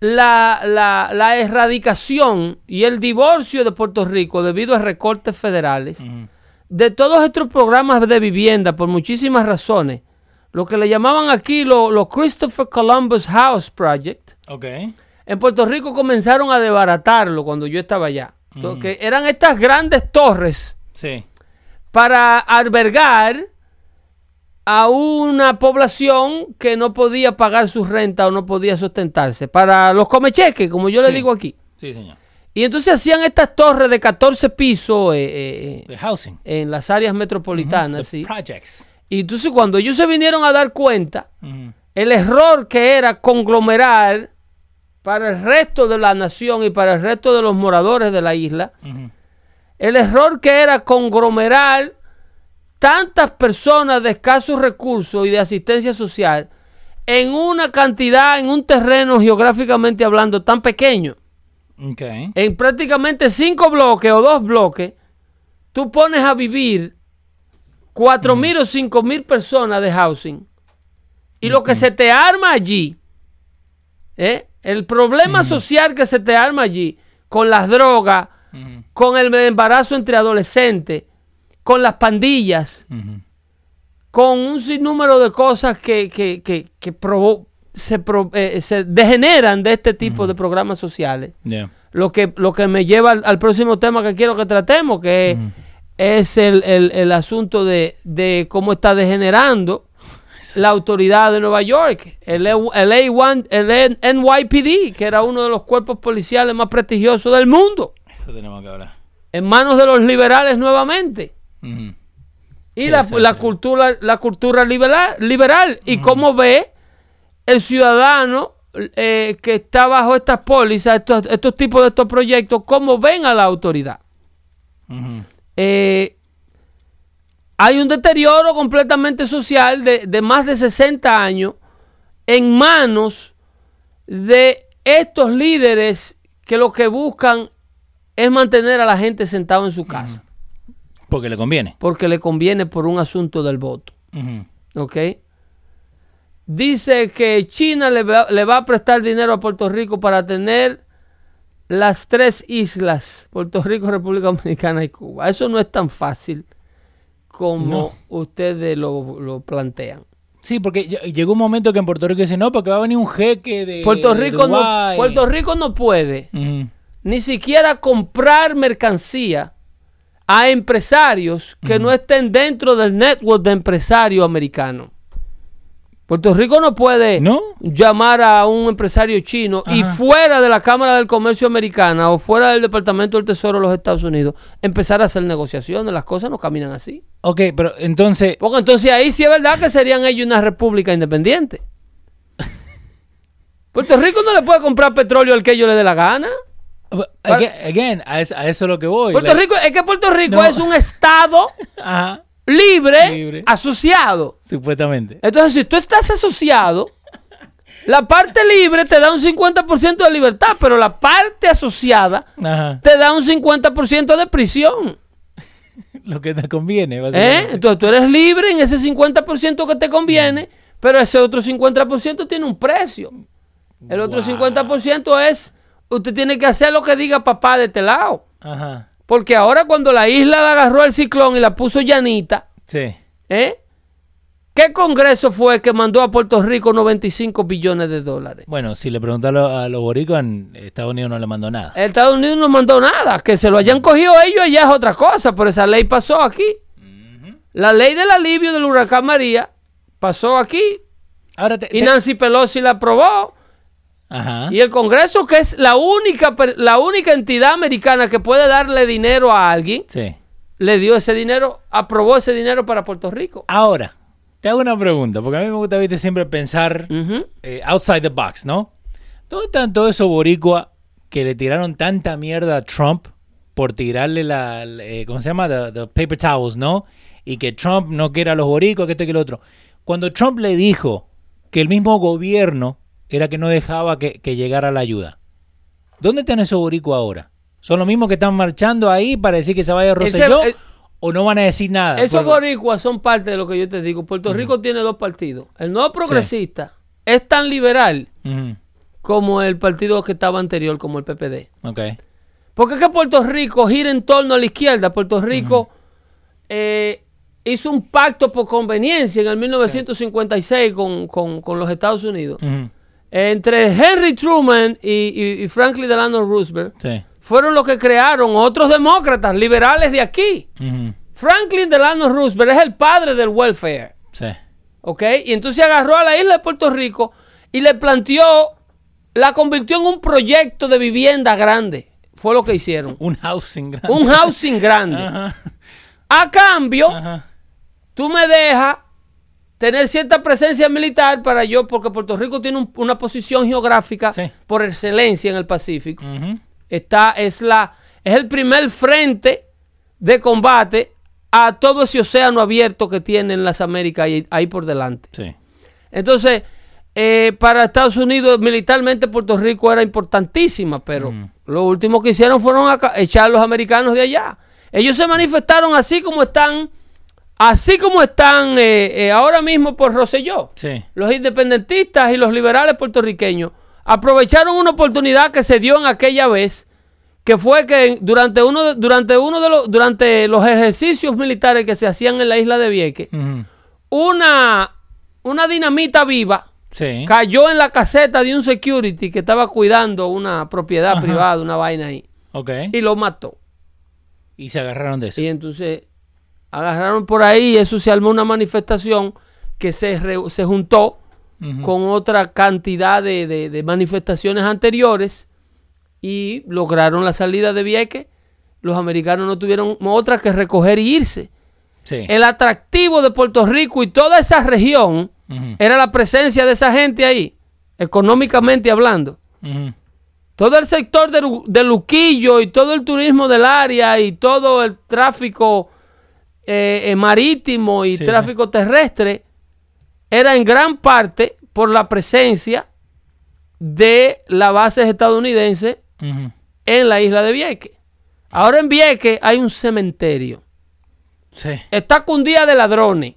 [SPEAKER 2] la, la- la erradicación y el divorcio de Puerto Rico debido a recortes federales
[SPEAKER 1] Ujú.
[SPEAKER 2] de todos estos programas de vivienda por muchísimas razones. Lo que le llamaban aquí los lo Christopher Columbus House Project,
[SPEAKER 1] Ok.
[SPEAKER 2] en Puerto Rico comenzaron a desbaratarlo cuando yo estaba allá. Entonces, que eran estas grandes torres
[SPEAKER 1] Sí.
[SPEAKER 2] para albergar a una población que no podía pagar su renta o no podía sustentarse. Para los comecheques, como yo le
[SPEAKER 1] Sí.
[SPEAKER 2] digo aquí.
[SPEAKER 1] Sí, señor.
[SPEAKER 2] Y entonces hacían estas torres de 14 pisos eh, eh, eh,
[SPEAKER 1] The housing.
[SPEAKER 2] en las áreas
[SPEAKER 1] The
[SPEAKER 2] metropolitanas. sí.
[SPEAKER 1] projects.
[SPEAKER 2] Y entonces cuando ellos se vinieron a dar cuenta,
[SPEAKER 1] Ujú.
[SPEAKER 2] el error que era conglomerar para el resto de la nación y para el resto de los moradores de la isla,
[SPEAKER 1] Ujú.
[SPEAKER 2] el error que era conglomerar tantas personas de escasos recursos y de asistencia social en una cantidad, en un terreno geográficamente hablando tan pequeño,
[SPEAKER 1] Ok.
[SPEAKER 2] en prácticamente cinco bloques o dos bloques, tú pones a vivir cuatro mil o cinco mil personas de housing. Y lo que se te arma allí, ¿eh? el problema social que se te arma allí, con las drogas,
[SPEAKER 1] Ujú.
[SPEAKER 2] con el embarazo entre adolescentes, con las pandillas,
[SPEAKER 1] Ujú.
[SPEAKER 2] con un sinnúmero de cosas que, que- que- que provo- se, pro- eh, se degeneran de este tipo de programas sociales
[SPEAKER 1] Yeah.
[SPEAKER 2] lo que, lo que me lleva al, al próximo tema que quiero que tratemos, que
[SPEAKER 1] Ujú.
[SPEAKER 2] es el, el- el asunto de, de cómo está degenerando la autoridad de Nueva York, el, E- el, A1 el N- NYPD, que era uno de los cuerpos policiales más prestigiosos del mundo,
[SPEAKER 1] Eso tenemos que hablar.
[SPEAKER 2] en manos de los liberales nuevamente.
[SPEAKER 1] Ujú.
[SPEAKER 2] Y la,
[SPEAKER 1] Exacto.
[SPEAKER 2] la cultura, la cultura liberal, liberal y cómo ve el ciudadano eh, que está bajo estas pólizas, estos, estos tipos de estos proyectos, cómo ven a la autoridad.
[SPEAKER 1] Ujú.
[SPEAKER 2] Eh, hay un deterioro completamente social de, de más de 60 años en manos de estos líderes que lo que buscan es mantener a la gente sentado en su casa,
[SPEAKER 1] Porque le conviene.
[SPEAKER 2] porque le conviene por un asunto del voto.
[SPEAKER 1] Ujú.
[SPEAKER 2] ¿ok? Dice que China le va, le va a prestar dinero a Puerto Rico para tener las tres islas, Puerto Rico, República Dominicana y Cuba. Eso no es tan fácil como ustedes lo, lo plantean.
[SPEAKER 1] Sí, porque ll- llegó un momento que en Puerto Rico dice no, porque va a venir un jeque de
[SPEAKER 2] Puerto,
[SPEAKER 1] de
[SPEAKER 2] Rico no,
[SPEAKER 1] Eh, Dubái".
[SPEAKER 2] Puerto Rico no puede
[SPEAKER 1] Ujú.
[SPEAKER 2] ni siquiera comprar mercancía a empresarios que no estén dentro del network de empresarios americanos. Puerto Rico no puede
[SPEAKER 1] ¿No?
[SPEAKER 2] llamar a un empresario chino y
[SPEAKER 1] Ajá.
[SPEAKER 2] fuera de la Cámara del Comercio Americana o fuera del Departamento del Tesoro de los Estados Unidos empezar a hacer negociaciones. Las cosas no caminan así.
[SPEAKER 1] Ok, pero entonces
[SPEAKER 2] Porque entonces ahí sí es verdad que serían ellos una república independiente. Puerto Rico no le puede comprar petróleo al que ellos le dé la gana.
[SPEAKER 1] again, again, a, es- a eso es lo que voy.
[SPEAKER 2] Puerto
[SPEAKER 1] like-
[SPEAKER 2] Rico, es que Puerto Rico
[SPEAKER 1] No.
[SPEAKER 2] es un estado
[SPEAKER 1] Ajá,
[SPEAKER 2] libre,
[SPEAKER 1] Libre.
[SPEAKER 2] asociado.
[SPEAKER 1] supuestamente.
[SPEAKER 2] Entonces, si tú estás asociado, la parte libre te da un 50% de libertad, pero la parte asociada
[SPEAKER 1] Ajá,
[SPEAKER 2] te da un 50% de prisión.
[SPEAKER 1] lo que te conviene.
[SPEAKER 2] ¿eh?
[SPEAKER 1] básicamente.
[SPEAKER 2] Entonces, tú eres libre
[SPEAKER 1] Mm.
[SPEAKER 2] en ese 50% que te conviene, pero ese otro 50% tiene un precio. El otro 50% es, usted tiene que hacer lo que diga papá de este lado.
[SPEAKER 1] Ajá.
[SPEAKER 2] Porque ahora cuando la isla la agarró el ciclón y la puso llanita,
[SPEAKER 1] Sí.
[SPEAKER 2] ¿eh? ¿qué congreso fue que mandó a Puerto Rico 95 billones de dólares?
[SPEAKER 1] Bueno, si le preguntas a los- a los boricuas, en Estados Unidos no le mandó nada.
[SPEAKER 2] Estados Unidos no mandó nada. Que se lo hayan cogido ellos ya es otra cosa, pero esa ley pasó aquí. La ley del alivio del huracán María pasó aquí.
[SPEAKER 1] Ahora te, Ah.
[SPEAKER 2] Y
[SPEAKER 1] te-
[SPEAKER 2] Nancy Pelosi la aprobó.
[SPEAKER 1] Ajá.
[SPEAKER 2] Y el Congreso, que es la única, per- la única entidad americana que puede darle dinero a alguien,
[SPEAKER 1] Sí.
[SPEAKER 2] le dio ese dinero, aprobó ese dinero para Puerto Rico.
[SPEAKER 1] Ahora, te hago una pregunta, porque a mí me gusta, viste, siempre pensar
[SPEAKER 2] Ujú.
[SPEAKER 1] eh, outside the box, ¿no? ¿Dónde están todos esos boricuas que le tiraron tanta mierda a Trump por tirarle la, la, eh, ¿cómo se llama? The, the paper towels, ¿no? Y que Trump no quiera a los boricuas, que esto y que lo otro. Cuando Trump le dijo que el mismo gobierno era que no dejaba que, que llegara la ayuda, ¿dónde están esos boricuas ahora? ¿Son los mismos que están marchando ahí para decir que se vaya Rosselló?
[SPEAKER 2] el-
[SPEAKER 1] ¿O no van a decir nada?
[SPEAKER 2] Esos
[SPEAKER 1] Porque-
[SPEAKER 2] boricuas son parte de lo que yo te digo. Puerto Rico tiene dos partidos. El no progresista es tan liberal
[SPEAKER 1] Ujú,
[SPEAKER 2] como el partido que estaba anterior, como el PPD.
[SPEAKER 1] ok.
[SPEAKER 2] Porque es que Puerto Rico gira en torno a la izquierda. Puerto Rico eh, hizo un pacto por conveniencia en el 1956 con, con- con los Estados Unidos.
[SPEAKER 1] Ujú,
[SPEAKER 2] Entre Henry Truman y, y- y Franklin Delano Roosevelt
[SPEAKER 1] sí.
[SPEAKER 2] fueron los que crearon otros demócratas liberales de aquí.
[SPEAKER 1] Ujú,
[SPEAKER 2] Franklin Delano Roosevelt es el padre del welfare.
[SPEAKER 1] sí.
[SPEAKER 2] ¿Ok? Y entonces agarró a la isla de Puerto Rico y le planteó, la convirtió en un proyecto de vivienda grande. Fue lo que hicieron.
[SPEAKER 1] Un housing grande.
[SPEAKER 2] Un housing grande.
[SPEAKER 1] Ajá,
[SPEAKER 2] A cambio,
[SPEAKER 1] ajá.
[SPEAKER 2] tú me dejas tener cierta presencia militar para yo, porque Puerto Rico tiene un- una posición geográfica
[SPEAKER 1] Sí.
[SPEAKER 2] por excelencia en el Pacífico.
[SPEAKER 1] Ujú.
[SPEAKER 2] Está, es, la, es el primer frente de combate a todo ese océano abierto que tienen las Américas ahí- ahí por delante.
[SPEAKER 1] Sí.
[SPEAKER 2] Entonces, eh, para Estados Unidos, militarmente Puerto Rico era importantísima, pero lo último que hicieron fueron aca- echar a los americanos de allá. Ellos se manifestaron así como están, así como están eh, eh, ahora mismo por Rosselló.
[SPEAKER 1] Sí.
[SPEAKER 2] Los independentistas y los liberales puertorriqueños aprovecharon una oportunidad que se dio en aquella vez, que fue que durante uno de, durante uno de los durante los ejercicios militares que se hacían en la isla de Vieques,
[SPEAKER 1] Ujú.
[SPEAKER 2] una, una dinamita viva
[SPEAKER 1] Sí.
[SPEAKER 2] cayó en la caseta de un security que estaba cuidando una propiedad
[SPEAKER 1] Ajá.
[SPEAKER 2] privada, una vaina ahí,
[SPEAKER 1] Ok.
[SPEAKER 2] y lo mató.
[SPEAKER 1] Y se agarraron de eso.
[SPEAKER 2] Y entonces agarraron por ahí y eso se armó una manifestación que se, re- se juntó
[SPEAKER 1] Ujú.
[SPEAKER 2] con otra cantidad de, de- de manifestaciones anteriores y lograron la salida de Vieques. Los americanos no tuvieron otra que recoger y irse.
[SPEAKER 1] Sí.
[SPEAKER 2] El atractivo de Puerto Rico y toda esa región
[SPEAKER 1] Ujú.
[SPEAKER 2] era la presencia de esa gente ahí, económicamente hablando.
[SPEAKER 1] Ujú.
[SPEAKER 2] Todo el sector de, Lu- de Luquillo y todo el turismo del área y todo el tráfico eh, eh, marítimo y
[SPEAKER 1] Sí,
[SPEAKER 2] tráfico terrestre era en gran parte por la presencia de las bases estadounidenses
[SPEAKER 1] Ujú.
[SPEAKER 2] en la isla de Vieques. Ahora en Vieques hay un cementerio.
[SPEAKER 1] Sí.
[SPEAKER 2] Está cundida de ladrones.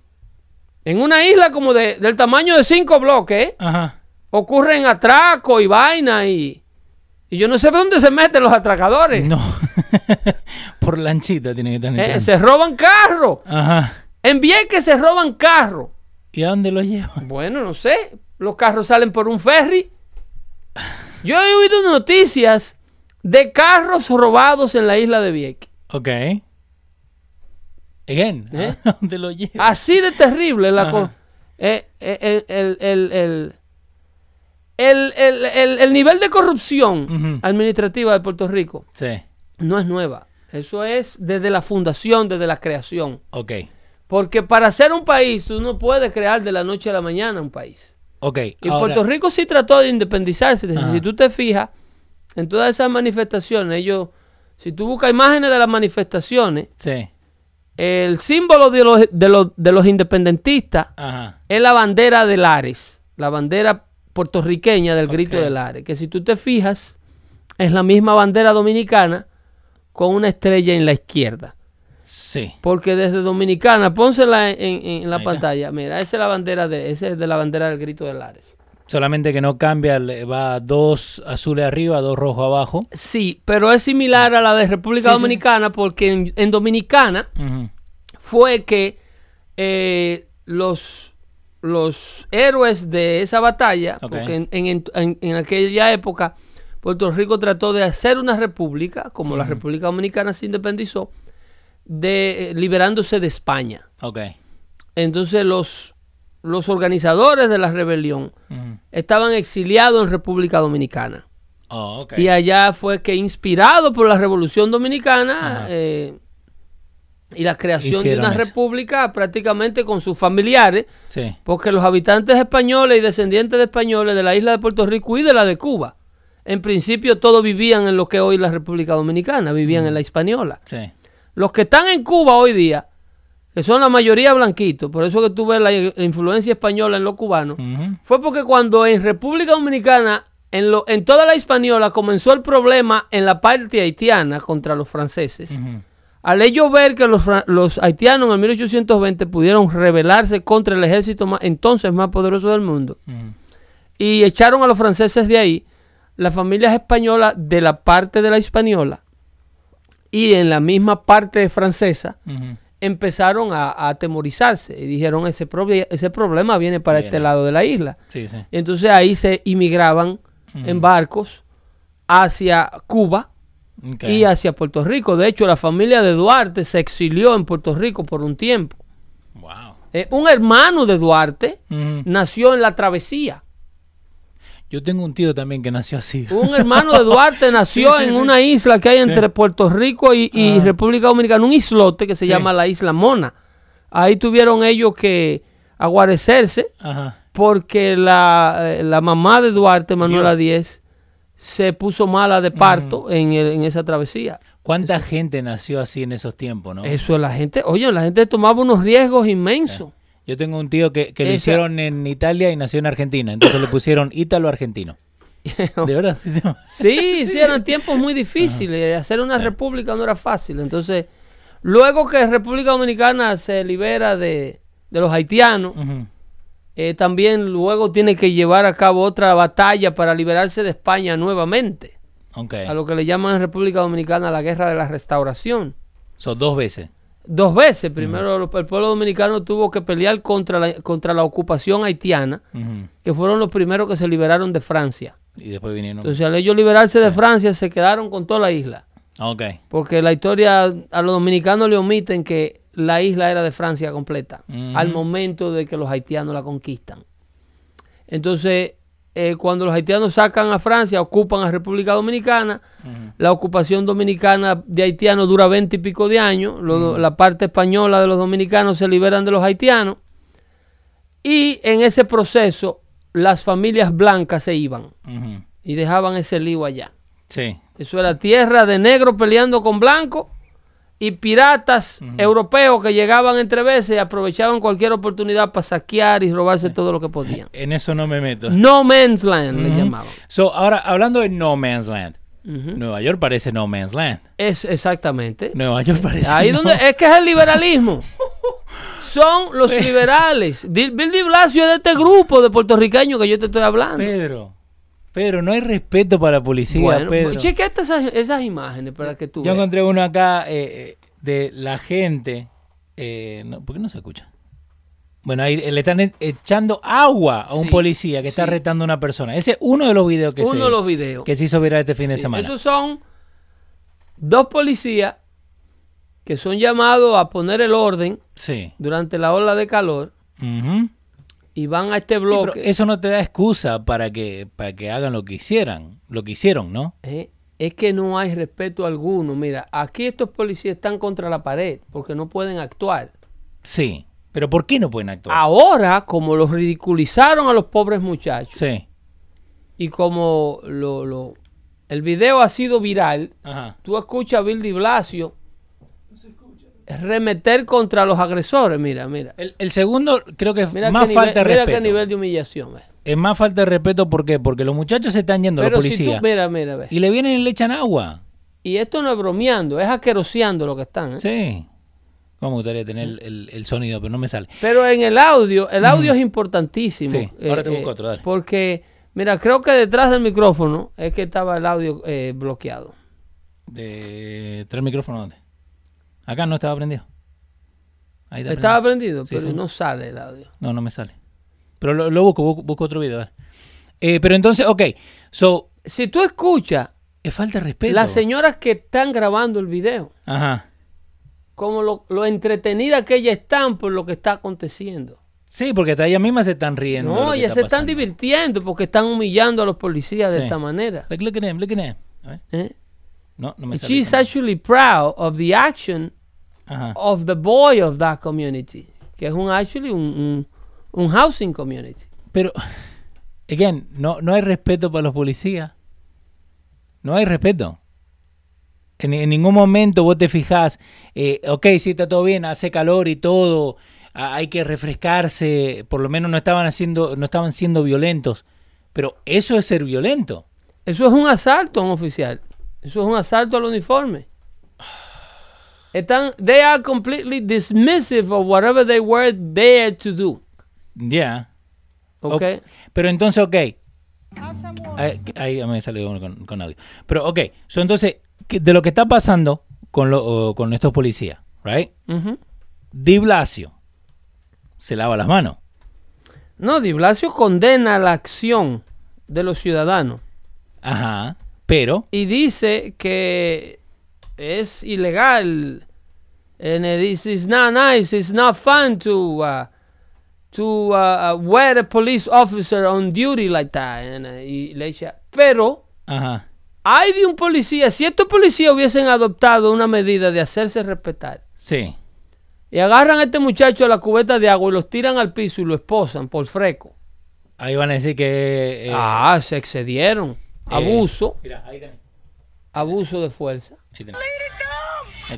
[SPEAKER 2] En una isla como de- del tamaño de cinco bloques, ¿eh?
[SPEAKER 1] Ajá.
[SPEAKER 2] ocurren atracos y vaina y, y yo no sé dónde se meten los atracadores.
[SPEAKER 1] No. Por lanchita tiene que estar
[SPEAKER 2] Eh,
[SPEAKER 1] entrando.
[SPEAKER 2] se roban carros.
[SPEAKER 1] Ajá.
[SPEAKER 2] En que se roban carros.
[SPEAKER 1] ¿Y a dónde lo llevan?
[SPEAKER 2] Bueno, no sé. Los carros salen por un ferry. Yo he oído noticias de carros robados en la isla de Vieques.
[SPEAKER 1] Ok. Again. ¿A
[SPEAKER 2] ¿Eh?
[SPEAKER 1] dónde lo llevan?
[SPEAKER 2] Así de terrible la cosa.
[SPEAKER 1] Ajá.
[SPEAKER 2] el, el- el- el- el- el- el- el nivel de corrupción
[SPEAKER 1] Ujú.
[SPEAKER 2] administrativa de Puerto Rico
[SPEAKER 1] Sí.
[SPEAKER 2] no es nueva. Eso es desde la fundación, desde la creación.
[SPEAKER 1] Ok.
[SPEAKER 2] Porque para ser un país, tú no puedes crear de la noche a la mañana un país.
[SPEAKER 1] Ok.
[SPEAKER 2] Y
[SPEAKER 1] ahora-
[SPEAKER 2] Puerto Rico sí trató de independizarse. Si-
[SPEAKER 1] Ajá.
[SPEAKER 2] Si tú te fijas, en todas esas manifestaciones, ellos, si tú buscas imágenes de las manifestaciones,
[SPEAKER 1] Sí.
[SPEAKER 2] el símbolo de los, de los, de los independentistas
[SPEAKER 1] Ajá.
[SPEAKER 2] es la bandera de Lares, la bandera puertorriqueña del grito
[SPEAKER 1] Ok.
[SPEAKER 2] de Lares, que si tú te fijas, es la misma bandera dominicana con una estrella en la izquierda.
[SPEAKER 1] Sí.
[SPEAKER 2] Porque desde Dominicana, pónsela en, en- en la
[SPEAKER 1] Ahí está.
[SPEAKER 2] pantalla. Mira, esa es la bandera de, esa es de la bandera del grito de Lares.
[SPEAKER 1] Solamente que no cambia, le va dos azules arriba, dos rojos abajo.
[SPEAKER 2] Sí, pero es similar a la de República
[SPEAKER 1] Sí, sí.
[SPEAKER 2] Dominicana porque en, en Dominicana
[SPEAKER 1] Ujú.
[SPEAKER 2] fue que eh, los, los héroes de esa batalla,
[SPEAKER 1] Ok.
[SPEAKER 2] porque en, en- en- en aquella época Puerto Rico trató de hacer una república, como la República Dominicana se independizó, de, eh, liberándose de España.
[SPEAKER 1] Ok.
[SPEAKER 2] Entonces los, los organizadores de la rebelión
[SPEAKER 1] Ujú.
[SPEAKER 2] estaban exiliados en República Dominicana.
[SPEAKER 1] Oh, ok.
[SPEAKER 2] Y allá fue que inspirado por la Revolución Dominicana
[SPEAKER 1] Ajá.
[SPEAKER 2] eh, y la creación
[SPEAKER 1] Hicieron
[SPEAKER 2] de una
[SPEAKER 1] eso.
[SPEAKER 2] república prácticamente con sus familiares,
[SPEAKER 1] Sí.
[SPEAKER 2] porque los habitantes españoles y descendientes de españoles de la isla de Puerto Rico y de la de Cuba, en principio todos vivían en lo que hoy la República Dominicana, vivían
[SPEAKER 1] Mm.
[SPEAKER 2] en la Hispaniola.
[SPEAKER 1] Sí.
[SPEAKER 2] Los que están en Cuba hoy día, que son la mayoría blanquitos, por eso que tú ves la influencia española en los cubanos,
[SPEAKER 1] Ujú.
[SPEAKER 2] fue porque cuando en República Dominicana, en, lo, en toda la española, comenzó el problema en la parte haitiana contra los franceses.
[SPEAKER 1] Ujú.
[SPEAKER 2] Al ellos ver que los, fra- los haitianos en 1820 pudieron rebelarse contra el ejército ma- entonces más poderoso del mundo
[SPEAKER 1] Ujú.
[SPEAKER 2] y echaron a los franceses de ahí, las familias españolas de la parte de la española y en la misma parte francesa
[SPEAKER 1] Ujú.
[SPEAKER 2] empezaron a, a atemorizarse y dijeron ese, proble- ese problema viene para
[SPEAKER 1] Viene.
[SPEAKER 2] este lado de la isla.
[SPEAKER 1] Sí, sí.
[SPEAKER 2] Y entonces ahí se inmigraban en barcos hacia Cuba
[SPEAKER 1] Ok.
[SPEAKER 2] y hacia Puerto Rico. De hecho, la familia de Duarte se exilió en Puerto Rico por un tiempo.
[SPEAKER 1] Wow.
[SPEAKER 2] Eh, un hermano de Duarte
[SPEAKER 1] Ujú.
[SPEAKER 2] nació en la travesía.
[SPEAKER 1] Yo tengo un tío también que nació así.
[SPEAKER 2] Un hermano de Duarte nació
[SPEAKER 1] Sí, sí,
[SPEAKER 2] en
[SPEAKER 1] sí.
[SPEAKER 2] una isla que hay entre
[SPEAKER 1] Sí.
[SPEAKER 2] Puerto Rico y, y
[SPEAKER 1] Ah.
[SPEAKER 2] República Dominicana, un islote que se
[SPEAKER 1] Sí.
[SPEAKER 2] llama la Isla Mona. Ahí tuvieron ellos que aguarecerse.
[SPEAKER 1] Ajá.
[SPEAKER 2] porque la, eh, la mamá de Duarte, Manuela Díez, se puso mala de parto en, el- en esa travesía.
[SPEAKER 1] ¿Cuánta gente nació así en esos tiempos, no?
[SPEAKER 2] Eso la gente, oye, la gente tomaba unos riesgos inmensos.
[SPEAKER 1] Yo tengo un tío que, que lo
[SPEAKER 2] Esa-
[SPEAKER 1] hicieron en Italia y nació en Argentina. Entonces le pusieron ítalo argentino. De verdad, sí, sí.
[SPEAKER 2] Sí, sí, eran tiempos muy difíciles. Hacer una república no era fácil. Entonces, luego que República Dominicana se libera de, de los haitianos,
[SPEAKER 1] Ujú.
[SPEAKER 2] eh, también luego tiene que llevar a cabo otra batalla para liberarse de España nuevamente.
[SPEAKER 1] Ok.
[SPEAKER 2] A lo que le llaman en República Dominicana la guerra de la restauración.
[SPEAKER 1] Son dos veces.
[SPEAKER 2] Dos veces. Primero, lo- el pueblo dominicano tuvo que pelear contra la, contra la ocupación haitiana,
[SPEAKER 1] Ujú.
[SPEAKER 2] que fueron los primeros que se liberaron de Francia.
[SPEAKER 1] Y después vinieron.
[SPEAKER 2] Entonces, al ellos liberarse de Francia, se quedaron con toda la isla.
[SPEAKER 1] ok.
[SPEAKER 2] Porque la historia, a los dominicanos le omiten que la isla era de Francia completa,
[SPEAKER 1] Ujú.
[SPEAKER 2] al momento de que los haitianos la conquistan. Entonces, eh, cuando los haitianos sacan a Francia, ocupan a República Dominicana, la ocupación dominicana de haitianos dura veinte y pico de años, lo- la parte española de los dominicanos se liberan de los haitianos, y en ese proceso las familias blancas se iban
[SPEAKER 1] Ujú.
[SPEAKER 2] y dejaban ese lío allá.
[SPEAKER 1] Sí.
[SPEAKER 2] Eso era tierra de negros peleando con blancos y piratas europeos que llegaban entre veces y aprovechaban cualquier oportunidad para saquear y robarse todo lo que podían.
[SPEAKER 1] En eso no me meto.
[SPEAKER 2] No man's land le llamaban.
[SPEAKER 1] So, ahora, hablando de No Man's Land.
[SPEAKER 2] Ujú.
[SPEAKER 1] Nueva York parece No Man's Land.
[SPEAKER 2] Es exactamente.
[SPEAKER 1] Nueva York parece.
[SPEAKER 2] Ahí
[SPEAKER 1] no-
[SPEAKER 2] donde es que es el liberalismo. Son los liberales. Di- Bill de Blasio es de este grupo de puertorriqueños que yo te estoy hablando.
[SPEAKER 1] Pedro. Pedro, no hay respeto para la policía,
[SPEAKER 2] bueno,
[SPEAKER 1] Pedro.
[SPEAKER 2] chequeate esas, esas imágenes para que tú eh.
[SPEAKER 1] Yo
[SPEAKER 2] veas.
[SPEAKER 1] encontré uno acá eh, eh, de la gente. Eh, no, ¿Por qué no se escucha? Bueno, ahí eh, le están e- echando agua a un
[SPEAKER 2] Sí,
[SPEAKER 1] policía que está
[SPEAKER 2] sí.
[SPEAKER 1] retando a una persona. Ese es uno de los videos que,
[SPEAKER 2] Uno
[SPEAKER 1] se,
[SPEAKER 2] de los videos.
[SPEAKER 1] que se hizo viral este fin de
[SPEAKER 2] Sí,
[SPEAKER 1] semana.
[SPEAKER 2] Esos son dos policías que son llamados a poner el orden
[SPEAKER 1] Sí.
[SPEAKER 2] durante la ola de calor
[SPEAKER 1] Ujú.
[SPEAKER 2] y van a este
[SPEAKER 1] Sí, pero
[SPEAKER 2] bloque.
[SPEAKER 1] eso no te da excusa para que, para que hagan lo que hicieran, lo que hicieron, ¿no?
[SPEAKER 2] Eh, Es que no hay respeto alguno. Mira, aquí estos policías están contra la pared porque no pueden actuar.
[SPEAKER 1] Pues. Sí. Pero ¿por qué no pueden actuar?
[SPEAKER 2] Ahora, como los ridiculizaron a los pobres muchachos
[SPEAKER 1] Sí.
[SPEAKER 2] y como lo, lo- el video ha sido viral,
[SPEAKER 1] Ajá.
[SPEAKER 2] tú escuchas a Bill de Blasio remeter contra los agresores. Mira, mira.
[SPEAKER 1] El, el segundo creo que es
[SPEAKER 2] Mira,
[SPEAKER 1] más
[SPEAKER 2] qué,
[SPEAKER 1] falta de
[SPEAKER 2] nivel, mira qué
[SPEAKER 1] respeto.
[SPEAKER 2] nivel de humillación. eh.
[SPEAKER 1] Es más falta de respeto, ¿por qué? Porque los muchachos se están yendo,
[SPEAKER 2] Pero
[SPEAKER 1] los
[SPEAKER 2] si tú,
[SPEAKER 1] policías.
[SPEAKER 2] mira, mira, ve.
[SPEAKER 1] Y le vienen y le echan agua.
[SPEAKER 2] Y esto no es bromeando, es asqueroseando lo que están. ¿eh?
[SPEAKER 1] Sí. Cómo me gustaría tener el, el- el sonido, pero no me sale.
[SPEAKER 2] Pero en el audio, el audio es importantísimo.
[SPEAKER 1] Mm.
[SPEAKER 2] Eh,
[SPEAKER 1] Sí, ahora te busco otro, dale.
[SPEAKER 2] Porque, mira, creo que detrás del micrófono es que estaba el audio eh, bloqueado.
[SPEAKER 1] De, ¿Trae el micrófono dónde? Acá no estaba prendido. Ahí está
[SPEAKER 2] Estaba
[SPEAKER 1] prendido.
[SPEAKER 2] prendido,
[SPEAKER 1] Sí,
[SPEAKER 2] pero
[SPEAKER 1] sí.
[SPEAKER 2] no sale el audio.
[SPEAKER 1] No, no me sale. Pero lo, lo busco, busco, busco otro video. dale. Eh, pero entonces, ok. So,
[SPEAKER 2] Si tú escuchas
[SPEAKER 1] es falta de respeto.
[SPEAKER 2] las señoras que están grabando el video,
[SPEAKER 1] Ajá.
[SPEAKER 2] como lo, lo entretenida que ellas están por lo que está aconteciendo.
[SPEAKER 1] Sí, porque hasta ellas mismas se están riendo. de lo
[SPEAKER 2] No,
[SPEAKER 1] que
[SPEAKER 2] ellas
[SPEAKER 1] está
[SPEAKER 2] se están
[SPEAKER 1] pasando.
[SPEAKER 2] divirtiendo porque están humillando a los policías de
[SPEAKER 1] Sí.
[SPEAKER 2] esta manera.
[SPEAKER 1] Like, look at him, look at him. A ver.
[SPEAKER 2] ¿eh?
[SPEAKER 1] No, no me
[SPEAKER 2] And
[SPEAKER 1] sale.
[SPEAKER 2] she's actually proud of the action
[SPEAKER 1] Ajá.
[SPEAKER 2] of the boy of that community, que es un actually un, un- un housing community.
[SPEAKER 1] Pero, again, no, no hay respeto para los policías. No hay respeto. En, en ningún momento vos te fijás, eh, ok, sí está todo bien, hace calor y todo, a- hay que refrescarse, por lo menos no estaban haciendo, no estaban siendo violentos. Pero eso es ser violento.
[SPEAKER 2] Eso es un asalto a un oficial. Eso es un asalto al uniforme. Están, they are completely dismissive of whatever they were there to do.
[SPEAKER 1] Ya.
[SPEAKER 2] Ok.
[SPEAKER 1] Ok. Pero entonces, ok. Ahí, ahí me salió uno con, con audio. Pero, ok. So, entonces, que- de lo que está pasando con, lo- o con estos policías, ¿right?
[SPEAKER 2] Ujú.
[SPEAKER 1] Di Blasio se lava las manos.
[SPEAKER 2] No, Di Blasio condena la acción de los ciudadanos
[SPEAKER 1] Ajá. Pero,
[SPEAKER 2] y dice que es ilegal. And it is, it's not nice, it's not fun to uh, to uh, uh, wear a police officer on duty like that. And, uh, y le echa- Pero
[SPEAKER 1] ajá.
[SPEAKER 2] hay de un policía, si estos policías hubiesen adoptado una medida de hacerse respetar
[SPEAKER 1] Sí.
[SPEAKER 2] y agarran a este muchacho a la cubeta de agua y los tiran al piso y lo esposan por freco.
[SPEAKER 1] Ahí van a decir que. eh,
[SPEAKER 2] ah, se excedieron. abuso,
[SPEAKER 1] eh, Mira, ahí tenés.
[SPEAKER 2] abuso de fuerza.
[SPEAKER 1] Ahí tenés. Ahí tenés.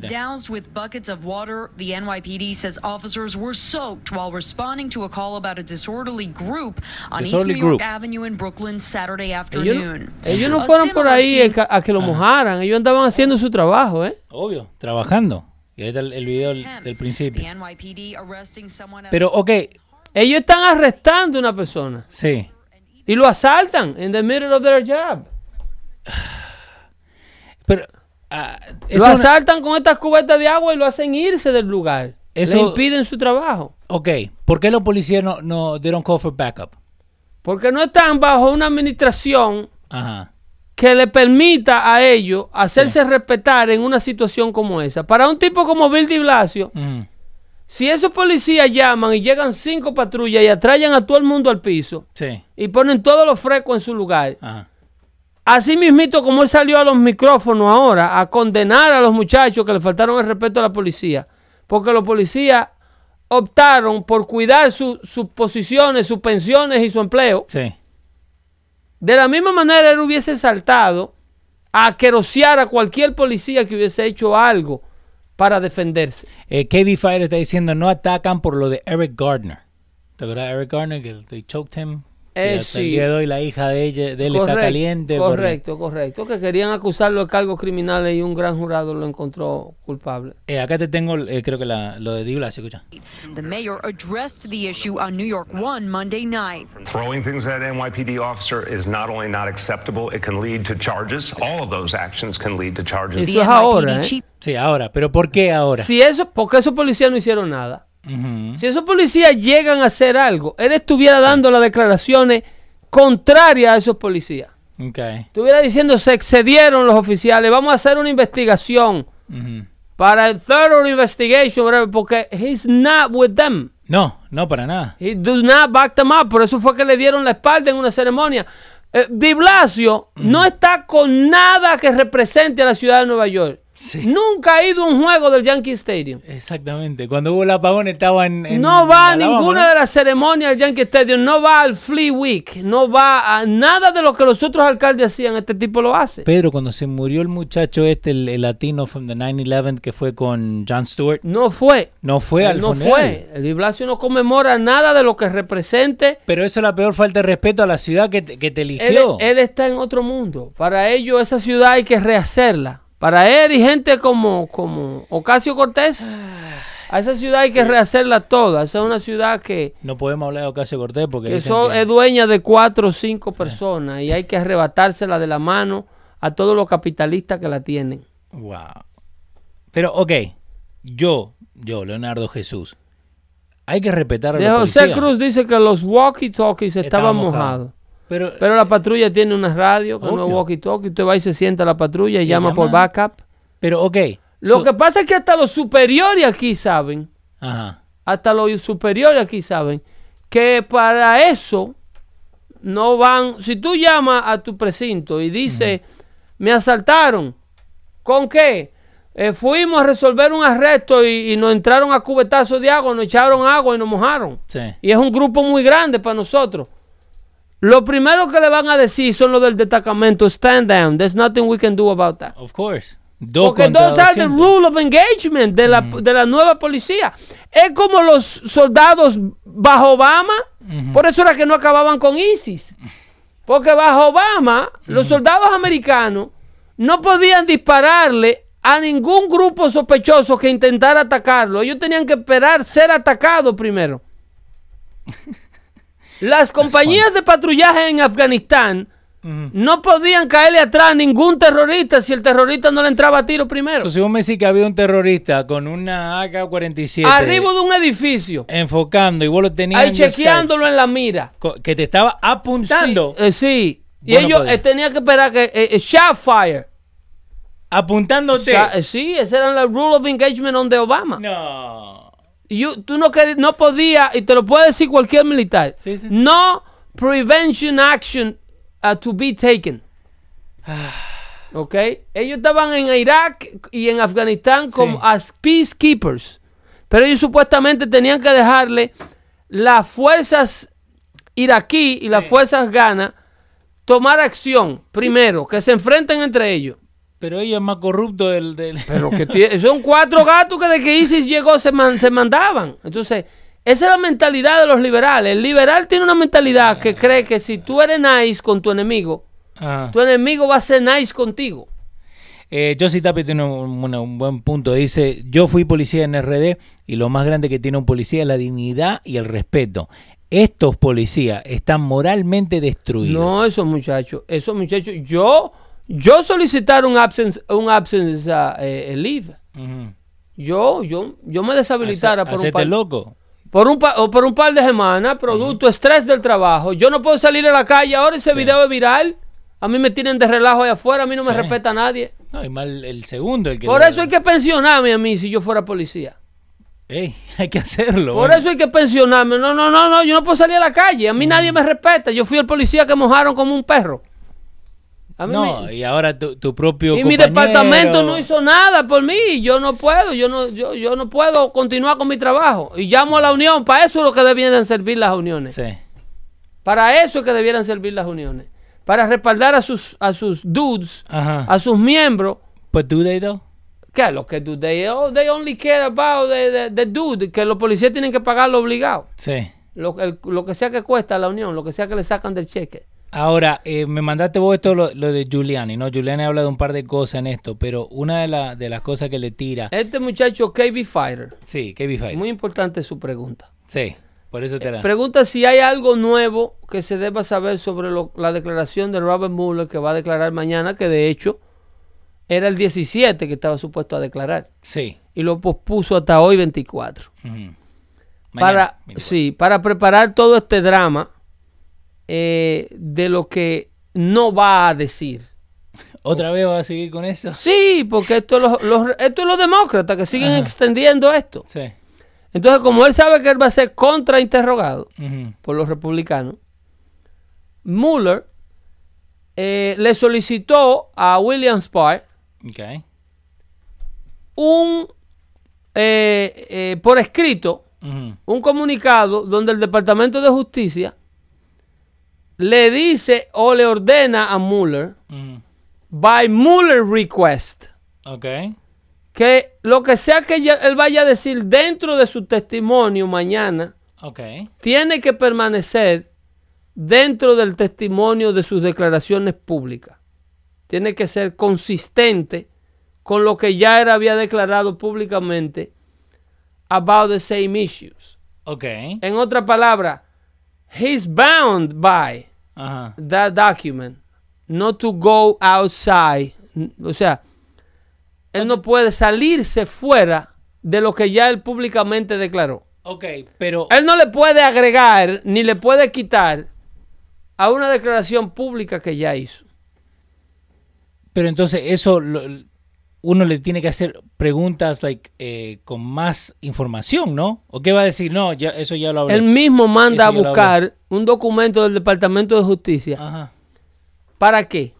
[SPEAKER 3] Doused with buckets of water, the NYPD says officers were soaked while responding to a call about a disorderly group on
[SPEAKER 1] Disorderly
[SPEAKER 3] East New York
[SPEAKER 1] group.
[SPEAKER 3] Avenue in Brooklyn Saturday
[SPEAKER 2] Ellos,
[SPEAKER 3] afternoon.
[SPEAKER 2] no- ellos no
[SPEAKER 3] A
[SPEAKER 2] fueron por
[SPEAKER 3] similar
[SPEAKER 2] ahí
[SPEAKER 3] scene-
[SPEAKER 2] a, a que lo mojaran, ellos andaban haciendo su trabajo, ¿eh?
[SPEAKER 1] Obvio, trabajando. Y ahí está el, el video del, del
[SPEAKER 3] The
[SPEAKER 1] principio.
[SPEAKER 3] NYPD arresting someone at-
[SPEAKER 1] Pero, ok.
[SPEAKER 2] Ellos están arrestando a una persona
[SPEAKER 1] Sí.
[SPEAKER 2] y lo asaltan in the middle of their job.
[SPEAKER 1] Pero. ah,
[SPEAKER 2] lo
[SPEAKER 1] esa es una-
[SPEAKER 2] asaltan con estas cubetas de agua y lo hacen irse del lugar.
[SPEAKER 1] Eso-
[SPEAKER 2] Le impiden su trabajo.
[SPEAKER 1] Ok. ¿Por qué los policías no, no. They don't call for backup?
[SPEAKER 2] Porque no están bajo una administración
[SPEAKER 1] Ajá.
[SPEAKER 2] que le permita a ellos hacerse respetar en una situación como esa. Para un tipo como Bill de Blasio,
[SPEAKER 1] Mm.
[SPEAKER 2] si esos policías llaman y llegan cinco patrullas y atrayan a todo el mundo al piso,
[SPEAKER 1] Sí.
[SPEAKER 2] y ponen todos los frescos en su lugar.
[SPEAKER 1] Ajá.
[SPEAKER 2] Así mismito como él salió a los micrófonos ahora a condenar a los muchachos que le faltaron el respeto a la policía, porque los policías optaron por cuidar su- sus posiciones, sus pensiones y su empleo.
[SPEAKER 1] Sí.
[SPEAKER 2] De la misma manera él hubiese saltado a querosear a cualquier policía que hubiese hecho algo para defenderse.
[SPEAKER 1] Eh, KB Fire está diciendo no atacan por lo de Eric Gardner. ¿Te acuerdas de Eric Gardner? Que they choked him.
[SPEAKER 2] Eh,
[SPEAKER 1] y hasta
[SPEAKER 2] sí.
[SPEAKER 1] el día de hoy la hija de, ella, de él está caliente. porque-
[SPEAKER 2] correcto, correcto. Que querían acusarlo de cargos criminales y un gran jurado lo encontró culpable.
[SPEAKER 1] Eh, acá te tengo, eh, creo que la- lo de Dibla, ¿se escucha?
[SPEAKER 3] the mayor addressed the issue on New York One Monday night.
[SPEAKER 4] Throwing things at an NYPD officer is not only not acceptable, it can lead to charges. All of those actions can lead to charges.
[SPEAKER 3] The
[SPEAKER 2] Eso es ahora,
[SPEAKER 3] NYPD
[SPEAKER 2] ¿eh?
[SPEAKER 3] chief
[SPEAKER 1] Sí, ahora. ¿Pero por qué ahora?
[SPEAKER 2] Si eso, porque esos policías no hicieron nada.
[SPEAKER 1] Ujú.
[SPEAKER 2] Si esos policías llegan a hacer algo, él estuviera dando las declaraciones contrarias a esos policías.
[SPEAKER 1] Ok.
[SPEAKER 2] Estuviera diciendo, se excedieron los oficiales, vamos a hacer una investigación
[SPEAKER 1] Ujú.
[SPEAKER 2] para el thorough investigation, whatever, porque he's not with them.
[SPEAKER 1] No, no para nada.
[SPEAKER 2] He do not back them up. Por eso fue que le dieron la espalda en una ceremonia. Eh, Di Blasio no está con nada que represente a la ciudad de Nueva York.
[SPEAKER 1] Sí.
[SPEAKER 2] Nunca ha ido a un juego del Yankee Stadium.
[SPEAKER 1] ¿Mm? Exactamente. Cuando hubo el apagón estaba en... en
[SPEAKER 2] No va a
[SPEAKER 1] Alabama,
[SPEAKER 2] ninguna
[SPEAKER 1] ¿no?
[SPEAKER 2] de las ceremonias al Yankee Stadium, no va al Flea Week, no va a nada de lo que los otros alcaldes hacían, este tipo lo hace.
[SPEAKER 1] Pedro, cuando se murió el muchacho este, el, el latino from the 9-11 que fue con John Stewart,
[SPEAKER 2] No fue.
[SPEAKER 1] no fue al
[SPEAKER 2] no
[SPEAKER 1] funeral.
[SPEAKER 2] fue. El Di Blasio no conmemora nada de lo que represente.
[SPEAKER 1] Pero eso es la peor falta de respeto a la ciudad que te, que te
[SPEAKER 2] Él,
[SPEAKER 1] eligió.
[SPEAKER 2] él está en otro mundo. Para ellos esa ciudad hay que rehacerla. Para él y gente como, como Ocasio Cortés, A esa ciudad hay que rehacerla toda. Esa es una ciudad que,
[SPEAKER 1] No podemos hablar de Ocasio Cortés porque.
[SPEAKER 2] que
[SPEAKER 1] dicen
[SPEAKER 2] so-
[SPEAKER 1] que-
[SPEAKER 2] es dueña de cuatro o cinco personas y hay que arrebatársela de la mano a todos los capitalistas que la tienen.
[SPEAKER 1] Wow. Pero, ok. Yo, yo, Leonardo Jesús. Hay que respetar a
[SPEAKER 2] De
[SPEAKER 1] los
[SPEAKER 2] José
[SPEAKER 1] policías.
[SPEAKER 2] Cruz dice que los walkie-talkies estaban
[SPEAKER 1] Estaban
[SPEAKER 2] mojados.
[SPEAKER 1] mojados. Pero,
[SPEAKER 2] Pero la patrulla tiene una radio que no es
[SPEAKER 1] Obvio.
[SPEAKER 2] walkie-talkie. Usted va y se sienta a la patrulla y llama
[SPEAKER 1] llama.
[SPEAKER 2] por backup.
[SPEAKER 1] pero, ok.
[SPEAKER 2] Lo
[SPEAKER 1] so-
[SPEAKER 2] que pasa es que hasta los superiores aquí saben,
[SPEAKER 1] Ajá.
[SPEAKER 2] hasta los superiores aquí saben, que para eso no van. Si tú llamas a tu precinto y dices, me asaltaron, ¿con qué? Eh, fuimos a resolver un arresto y, y nos entraron a cubetazos de agua, nos echaron agua y nos mojaron.
[SPEAKER 1] Sí.
[SPEAKER 2] Y es un grupo muy grande para nosotros. Lo primero que le van a decir son los del destacamento. Stand down. There's nothing we can do about that.
[SPEAKER 1] Of course. Dos
[SPEAKER 2] Porque uh.
[SPEAKER 1] contra
[SPEAKER 2] those are the
[SPEAKER 1] 200.
[SPEAKER 2] rule of engagement de la, de la nueva policía. Es como los soldados bajo Obama. Por eso era que no acababan con ISIS. Porque bajo Obama, los soldados americanos no podían dispararle a ningún grupo sospechoso que intentara atacarlo. Ellos tenían que esperar ser atacados primero. Las compañías de patrullaje en Afganistán no podían caerle atrás a ningún terrorista si el terrorista no le entraba a tiro primero.
[SPEAKER 1] So, si vos me decís que había un terrorista con una AK-47
[SPEAKER 2] Arriba de un edificio,
[SPEAKER 1] enfocando y vos lo tenías
[SPEAKER 2] ahí
[SPEAKER 1] en your
[SPEAKER 2] chequeándolo
[SPEAKER 1] scouts,
[SPEAKER 2] en la mira.
[SPEAKER 1] co- que te estaba apuntando,
[SPEAKER 2] Sí, eh, sí. Y
[SPEAKER 1] Vos no
[SPEAKER 2] ellos
[SPEAKER 1] podías.
[SPEAKER 2] eh, tenían que esperar que... Eh, eh, shot fire.
[SPEAKER 1] apuntándote.
[SPEAKER 2] Sa- eh, sí, esa era la rule of engagement on de Obama.
[SPEAKER 1] No.
[SPEAKER 2] You- tú no, quer- no podías, y te lo puede decir cualquier militar,
[SPEAKER 1] Sí, sí, sí.
[SPEAKER 2] no prevention action uh, to be taken. ¿Ok? Ellos estaban en Irak y en Afganistán como as peacekeepers, pero ellos supuestamente tenían que dejarle las fuerzas iraquí y las fuerzas afganas tomar acción primero, que se enfrenten entre ellos.
[SPEAKER 1] Pero ella es más corrupto del. del-
[SPEAKER 2] Pero que tie- son cuatro gatos que de que ISIS llegó se, man- se mandaban. Entonces, esa es la mentalidad de los liberales. El liberal tiene una mentalidad que cree que si tú eres nice con tu enemigo,
[SPEAKER 1] Ajá.
[SPEAKER 2] tu enemigo va a ser nice contigo.
[SPEAKER 1] Ah. Eh, Josie Tapi tiene un, un- un buen punto. Dice: Yo fui policía en RD y lo más grande que tiene un policía es la dignidad y el respeto. Estos policías están moralmente destruidos.
[SPEAKER 2] No, esos muchachos, esos muchachos, yo, yo solicitar un absence, un absence ah, eh, eh, leave.
[SPEAKER 1] Ujú.
[SPEAKER 2] Yo, yo, yo me deshabilitara
[SPEAKER 1] Hace-
[SPEAKER 2] por un
[SPEAKER 1] hacete
[SPEAKER 2] par,
[SPEAKER 1] loco.
[SPEAKER 2] por un pa- o por un par de semanas, producto estrés del trabajo. Yo no puedo salir a la calle ahora ese video es viral. A mí me tienen de relajo allá afuera, a mí no me
[SPEAKER 1] Sí.
[SPEAKER 2] respeta nadie.
[SPEAKER 1] No, y mal el segundo, el que.
[SPEAKER 2] Por
[SPEAKER 1] lo-
[SPEAKER 2] eso hay que pensionarme a mí si yo fuera policía.
[SPEAKER 1] Ey, hay que hacerlo.
[SPEAKER 2] Por
[SPEAKER 1] bueno.
[SPEAKER 2] eso hay que pensionarme. No, no, no, no, yo no puedo salir a la calle. A mí nadie me respeta. Yo fui el policía que mojaron como un perro. A mí
[SPEAKER 1] No,
[SPEAKER 2] me-
[SPEAKER 1] y ahora tu, tu propio.
[SPEAKER 2] y mi
[SPEAKER 1] compañero-
[SPEAKER 2] departamento no hizo nada por mí. Yo no puedo, yo no, yo, yo no puedo continuar con mi trabajo. Y llamo a la unión. Para eso es lo que debieran servir las uniones.
[SPEAKER 1] Sí.
[SPEAKER 2] Para eso es que debieran servir las uniones. Para respaldar a sus, a sus dudes,
[SPEAKER 1] Ajá. Pues
[SPEAKER 2] a sus miembros.
[SPEAKER 1] But do they though?
[SPEAKER 2] ¿Qué es lo que do they, oh, they only care about the, the- the dude? Que los policías tienen que pagarlo obligado.
[SPEAKER 1] Sí.
[SPEAKER 2] Lo, el- lo que sea que cuesta la unión, lo que sea que le sacan del cheque.
[SPEAKER 1] Ahora, eh, me mandaste vos esto lo, lo de Giuliani, ¿no? Giuliani habla de un par de cosas en esto, pero una de, la- de las cosas que le tira.
[SPEAKER 2] Este muchacho KB Fighter,
[SPEAKER 1] Sí, Kevin Feige.
[SPEAKER 2] muy importante su pregunta.
[SPEAKER 1] Sí, por eso te la.
[SPEAKER 2] Pregunta si hay algo nuevo que se deba saber sobre lo- la declaración de Robert Mueller que va a declarar mañana, que de hecho era el 17 que estaba supuesto a declarar
[SPEAKER 1] Sí.
[SPEAKER 2] y lo pospuso hasta hoy 24.
[SPEAKER 1] Ujú.
[SPEAKER 2] para,
[SPEAKER 1] Mañana, 24.
[SPEAKER 2] sí, para preparar todo este drama eh, de lo que no va a decir.
[SPEAKER 1] ¿Otra vez vas a seguir con eso?
[SPEAKER 2] Sí, porque esto es los, los- esto es los demócratas que siguen extendiendo esto.
[SPEAKER 1] Sí.
[SPEAKER 2] Entonces, como él sabe que él va a ser contrainterrogado
[SPEAKER 1] Ujú.
[SPEAKER 2] por los republicanos, Mueller eh, le solicitó a William Barr
[SPEAKER 1] Ok.
[SPEAKER 2] un, eh, eh, por escrito,
[SPEAKER 1] Ujú.
[SPEAKER 2] un comunicado donde el Departamento de Justicia le dice o le ordena a Mueller,
[SPEAKER 1] Ujú.
[SPEAKER 2] by Mueller request,
[SPEAKER 1] Ok.
[SPEAKER 2] que lo que sea que ya- él vaya a decir dentro de su testimonio mañana,
[SPEAKER 1] Ok.
[SPEAKER 2] tiene que permanecer dentro del testimonio de sus declaraciones públicas. Tiene que ser consistente con lo que ya él había declarado públicamente about the same issues.
[SPEAKER 1] Ok.
[SPEAKER 2] En otra palabra, he's bound by
[SPEAKER 1] Ajá.
[SPEAKER 2] that document not to go outside. N- O sea, él no puede salirse fuera de lo que ya él públicamente declaró.
[SPEAKER 1] Ok, pero.
[SPEAKER 2] Él no le puede agregar ni le puede quitar a una declaración pública que ya hizo.
[SPEAKER 1] Pero entonces eso lo- uno le tiene que hacer preguntas like, eh, con más información, ¿no? ¿O qué va a decir? No, ya, eso ya lo hablé.
[SPEAKER 2] Él mismo manda a
[SPEAKER 1] Eso yo lo hablé. Ah.
[SPEAKER 2] buscar un documento del Departamento de Justicia.
[SPEAKER 1] Ajá.
[SPEAKER 2] ¿Para qué?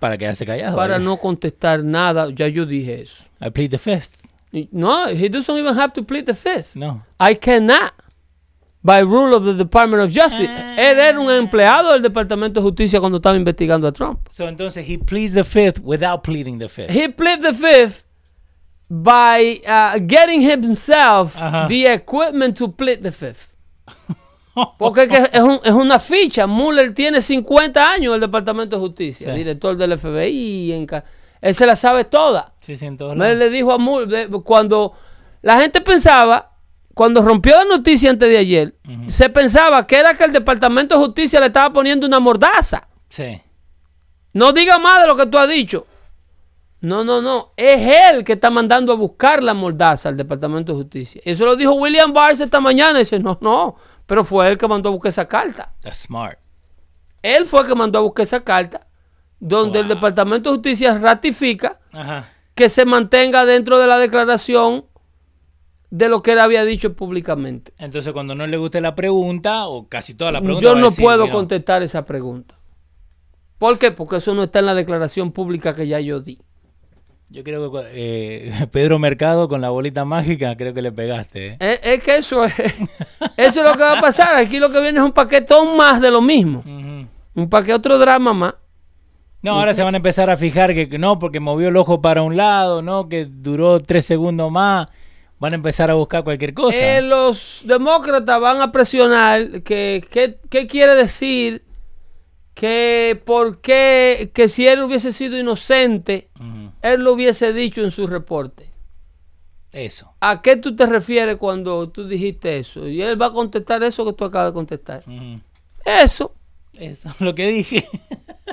[SPEAKER 1] Para quedarse callado.
[SPEAKER 2] Para
[SPEAKER 1] ahí.
[SPEAKER 2] no contestar nada. Ya yo dije eso.
[SPEAKER 1] I plead the fifth.
[SPEAKER 2] Y- No, he doesn't even have to plead the fifth.
[SPEAKER 1] No.
[SPEAKER 2] I cannot. By rule of the Department of Justice.
[SPEAKER 1] Ah.
[SPEAKER 2] Él era un empleado del Departamento de Justicia cuando estaba investigando a Trump.
[SPEAKER 1] So entonces he pleads the fifth without pleading the fifth.
[SPEAKER 2] He plead the fifth by uh, getting himself
[SPEAKER 1] Ajá.
[SPEAKER 2] the equipment to plead the fifth. Porque es, que es, un- es una ficha. Mueller tiene 50 años en el Departamento de Justicia,
[SPEAKER 1] Sí.
[SPEAKER 2] director del FBI. en ca- él se la sabe toda.
[SPEAKER 1] Sí, sí, en todos
[SPEAKER 2] Él
[SPEAKER 1] lados.
[SPEAKER 2] le dijo a Mueller, de- cuando la gente pensaba, cuando rompió la noticia antes de ayer, se pensaba que era que el Departamento de Justicia le estaba poniendo una mordaza.
[SPEAKER 1] Sí.
[SPEAKER 2] No diga más de lo que tú has dicho. No, no, no. Es él que está mandando a buscar la mordaza al Departamento de Justicia. Eso lo dijo William Barr esta mañana. Y dice, no, no. Pero fue él que mandó a buscar esa carta.
[SPEAKER 1] That's smart.
[SPEAKER 2] Él fue el que mandó a buscar esa carta donde el Departamento de Justicia ratifica
[SPEAKER 1] Ajá.
[SPEAKER 2] que se mantenga dentro de la declaración de lo que él había dicho públicamente.
[SPEAKER 1] Entonces cuando no le guste la pregunta o casi toda la pregunta.
[SPEAKER 2] Yo
[SPEAKER 1] va a
[SPEAKER 2] no
[SPEAKER 1] decir,
[SPEAKER 2] puedo
[SPEAKER 1] you know,
[SPEAKER 2] contestar esa pregunta. ¿Por qué? Porque eso no está en la declaración pública que ya yo di.
[SPEAKER 1] Yo creo que eh, Pedro Mercado con la bolita mágica creo que le pegaste. ¿eh?
[SPEAKER 2] Es, es que eso es, eso es lo que va a pasar. Aquí lo que viene es un paquetón más de lo mismo.
[SPEAKER 1] Ujú.
[SPEAKER 2] Un paquete, otro drama más.
[SPEAKER 1] No, ahora se van a empezar a fijar que que no, porque movió el ojo para un lado, no, que duró tres segundos más. Van a empezar a buscar cualquier cosa.
[SPEAKER 2] Eh, los demócratas van a presionar que, que- que quiere decir que por qué, que si él hubiese sido inocente,
[SPEAKER 1] Ujú.
[SPEAKER 2] él lo hubiese dicho en su reporte.
[SPEAKER 1] Eso.
[SPEAKER 2] ¿A qué tú te refieres cuando tú dijiste eso? Y él va a contestar eso que tú acabas de contestar.
[SPEAKER 1] Ujú.
[SPEAKER 2] Eso,
[SPEAKER 1] Eso es lo que dije.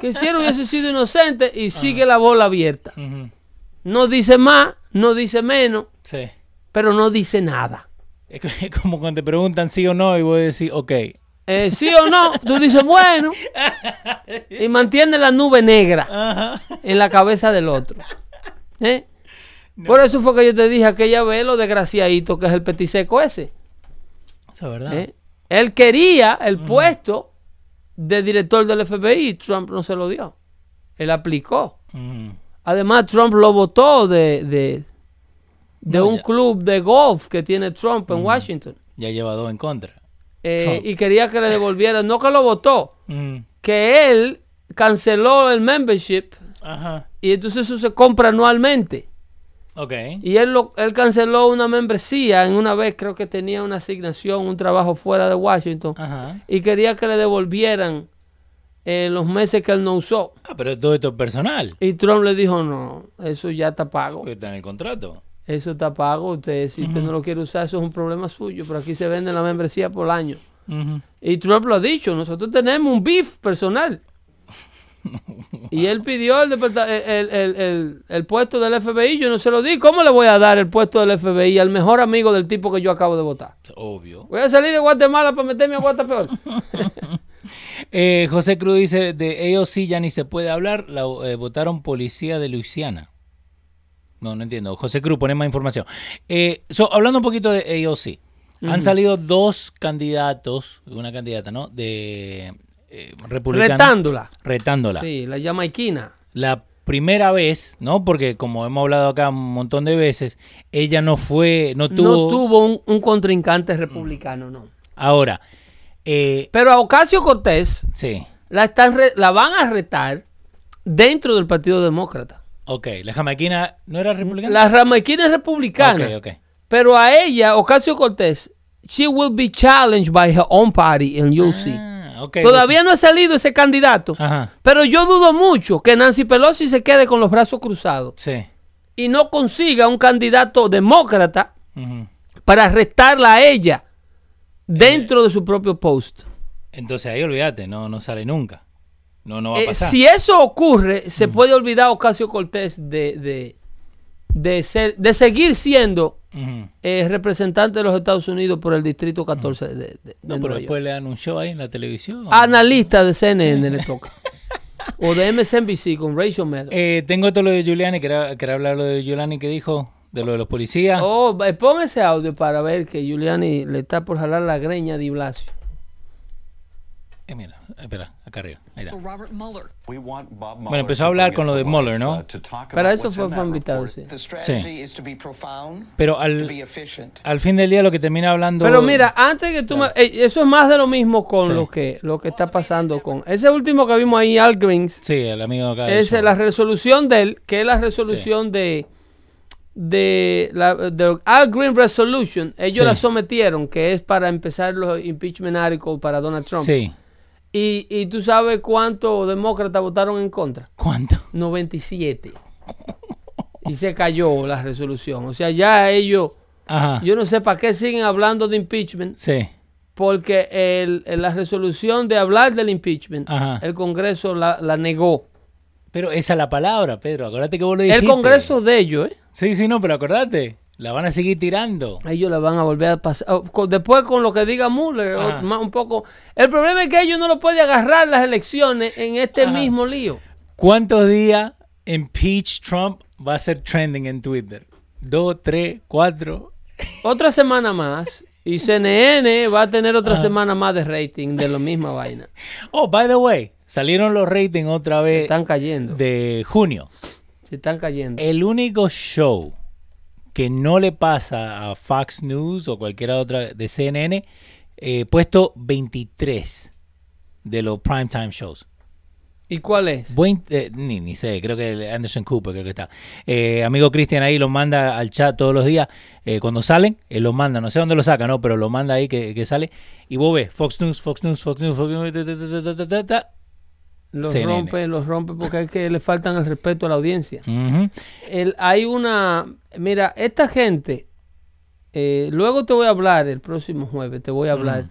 [SPEAKER 2] que si él hubiese sido inocente
[SPEAKER 1] Ah.
[SPEAKER 2] y sigue la bola abierta.
[SPEAKER 1] Ujú.
[SPEAKER 2] No dice más, no dice menos,
[SPEAKER 1] Sí.
[SPEAKER 2] pero no dice nada.
[SPEAKER 1] Es co- es como cuando te preguntan sí o no y vos decís, ok.
[SPEAKER 2] Eh, sí o no, tú dices bueno y mantiene la nube negra
[SPEAKER 1] Ajá.
[SPEAKER 2] en la cabeza del otro. ¿Eh? Por eso fue que yo te dije aquella vez lo desgraciadito que es el petiseco ese.
[SPEAKER 1] Eso es verdad.
[SPEAKER 2] ¿eh? Él quería el
[SPEAKER 1] Mm.
[SPEAKER 2] puesto de director del FBI y Trump no se lo dio. Él aplicó.
[SPEAKER 1] Ujú.
[SPEAKER 2] Además, Trump lo votó de, de, de
[SPEAKER 1] No,
[SPEAKER 2] un
[SPEAKER 1] ya.
[SPEAKER 2] club de golf que tiene Trump en Washington.
[SPEAKER 1] Ya lleva dos en contra.
[SPEAKER 2] Eh,
[SPEAKER 1] Trump.
[SPEAKER 2] Y quería que le devolviera, no que lo votó,
[SPEAKER 1] Ujú.
[SPEAKER 2] que él canceló el membership
[SPEAKER 1] Ajá.
[SPEAKER 2] y entonces eso se compra anualmente.
[SPEAKER 1] Ok.
[SPEAKER 2] Y él, lo, él canceló una membresía en una vez, creo que tenía una asignación, un trabajo fuera de Washington.
[SPEAKER 1] Ajá.
[SPEAKER 2] Y quería que le devolvieran eh, los meses que él no usó.
[SPEAKER 1] Ah, pero todo esto es personal.
[SPEAKER 2] Y Trump le dijo, no, eso ya está pago.
[SPEAKER 1] Porque está en el contrato.
[SPEAKER 2] Eso está pago. Usted, si usted no lo quiere usar, eso es un problema suyo. Pero aquí se vende la membresía por año.
[SPEAKER 1] Ujú.
[SPEAKER 2] Y Trump lo ha dicho. Nosotros tenemos un beef personal. Y él pidió el, departa- el- el- el- el puesto del FBI. Yo no se lo di. ¿Cómo le voy a dar el puesto del FBI al mejor amigo del tipo que yo acabo de votar?
[SPEAKER 1] Es obvio.
[SPEAKER 2] Voy a salir de Guatemala para meterme a Guatapeor.
[SPEAKER 1] Eh, José Cruz dice, de AOC ya ni se puede hablar, la eh, votaron policía de Luisiana. No, no entiendo. José Cruz, pone más información. Eh, so, hablando un poquito de AOC, han salido dos candidatos, una candidata, ¿no? De eh, republicana.
[SPEAKER 2] Retándola.
[SPEAKER 1] Retándola.
[SPEAKER 2] Sí, la jamaiquina.
[SPEAKER 1] La primera vez, ¿no? Porque como hemos hablado acá un montón de veces, ella no fue, no tuvo...
[SPEAKER 2] No tuvo un, un contrincante republicano, no.
[SPEAKER 1] Ahora, eh,
[SPEAKER 2] Pero a Ocasio Cortés
[SPEAKER 1] sí,
[SPEAKER 2] la, están re- la van a retar dentro del Partido Demócrata.
[SPEAKER 1] ok, la jamaiquina no era republicana.
[SPEAKER 2] La jamaiquina es republicana.
[SPEAKER 1] Ok, ok.
[SPEAKER 2] Pero a ella, Ocasio Cortés, she will be challenged by her own party, and you'll see.
[SPEAKER 1] Ah, ok,
[SPEAKER 2] Todavía no ha salido ese candidato.
[SPEAKER 1] Ajá.
[SPEAKER 2] Pero yo dudo mucho que Nancy Pelosi se quede con los brazos cruzados
[SPEAKER 1] Sí.
[SPEAKER 2] y no consiga un candidato demócrata
[SPEAKER 1] Ujú.
[SPEAKER 2] para arrestarla a ella
[SPEAKER 1] Eh,
[SPEAKER 2] dentro de su propio post.
[SPEAKER 1] Entonces ahí olvídate, no, no sale nunca. No, no va a
[SPEAKER 2] Eh,
[SPEAKER 1] pasar. Mm.
[SPEAKER 2] si eso ocurre, se puede olvidar Ocasio Cortés de, de, de ser, de seguir siendo
[SPEAKER 1] Ujú.
[SPEAKER 2] eh, representante de los Estados Unidos por el Distrito 14 de, de- de
[SPEAKER 1] Mm. No,
[SPEAKER 2] Nueva
[SPEAKER 1] pero
[SPEAKER 2] York.
[SPEAKER 1] después le dan un show ahí en la televisión.
[SPEAKER 2] Ah, Analista de CNN le toca. O de MSNBC con Rachel Maddow.
[SPEAKER 1] Eh, tengo todo lo de Giuliani, quería, quería hablar lo de Giuliani que dijo, de lo de los policías.
[SPEAKER 2] Oh, eh, pon ese audio para ver que Giuliani le está por jalar la greña de Blasio.
[SPEAKER 1] Eh, mira, espera, acá arriba. Ahí está.
[SPEAKER 3] Robert Mueller.
[SPEAKER 1] Bueno, empezó a hablar con lo de Mueller, ¿no?
[SPEAKER 2] Para eso fue fue invitado, sí.
[SPEAKER 5] The strategy is to be profound,
[SPEAKER 1] Pero
[SPEAKER 5] to be
[SPEAKER 1] al,
[SPEAKER 5] efficient.
[SPEAKER 1] al fin del día lo que termina hablando...
[SPEAKER 2] Pero mira, antes que tú me- eh, eso es más de lo mismo con
[SPEAKER 1] Sí.
[SPEAKER 2] lo que lo que está pasando con ese último que vimos ahí Al Greens.
[SPEAKER 1] Sí, el amigo acá. del
[SPEAKER 2] Esa
[SPEAKER 1] show.
[SPEAKER 2] es la resolución de él, que es la resolución de de la de Al Green Resolution. Ellos
[SPEAKER 1] Sí.
[SPEAKER 2] la sometieron, que es para empezar los impeachment articles para Donald Trump.
[SPEAKER 1] Sí.
[SPEAKER 2] Y, y tú sabes cuántos demócratas votaron en contra.
[SPEAKER 1] ¿Cuánto?
[SPEAKER 2] 97. Y se cayó la resolución. O sea, ya ellos,
[SPEAKER 1] Ajá.
[SPEAKER 2] yo no sé para qué siguen hablando de impeachment,
[SPEAKER 1] Sí.
[SPEAKER 2] porque el- el- la resolución de hablar del impeachment,
[SPEAKER 1] Ajá.
[SPEAKER 2] el Congreso la, la negó.
[SPEAKER 1] Pero esa es la palabra, Pedro. Acordate que vos lo dijiste.
[SPEAKER 2] El Congreso de ellos, ¿eh?
[SPEAKER 1] Sí, sí, no, pero acordate. La van a seguir tirando.
[SPEAKER 2] Ellos la van a volver a pasar. o, con- Después con lo que diga Mueller, o
[SPEAKER 1] Ajá.
[SPEAKER 2] más un poco. El problema es que ellos no lo pueden agarrar las elecciones en este mismo lío.
[SPEAKER 1] ¿Cuántos días impeach Trump va a ser trending en Twitter? Dos, tres, cuatro.
[SPEAKER 2] Otra semana más. Y CNN va a tener
[SPEAKER 1] Ah.
[SPEAKER 2] otra semana más de rating de la misma vaina.
[SPEAKER 1] Oh, by the way, salieron los ratings otra vez
[SPEAKER 2] Están cayendo.
[SPEAKER 1] de junio.
[SPEAKER 2] Se están cayendo.
[SPEAKER 1] El único show que no le pasa a Fox News o cualquiera otra de CNN, eh, puesto 23 de los primetime shows.
[SPEAKER 2] ¿Y cuál es?
[SPEAKER 1] Buen- eh, ni, ni sé, creo que el Anderson Cooper, creo que está. Eh, amigo Cristian ahí lo manda al chat todos los días. eh, cuando salen, él lo manda, no sé dónde lo saca, ¿no? Pero lo manda ahí que, que sale. Y vos ves, Fox News, Fox News, Fox News, Fox News, ta, ta, ta, ta, ta, ta, ta.
[SPEAKER 2] Los
[SPEAKER 1] CNN.
[SPEAKER 2] rompe, los rompe porque es que le faltan el respeto a la audiencia.
[SPEAKER 1] Ujú.
[SPEAKER 2] El- hay una. Mira, esta gente. eh, luego te voy a hablar el próximo jueves, te voy a hablar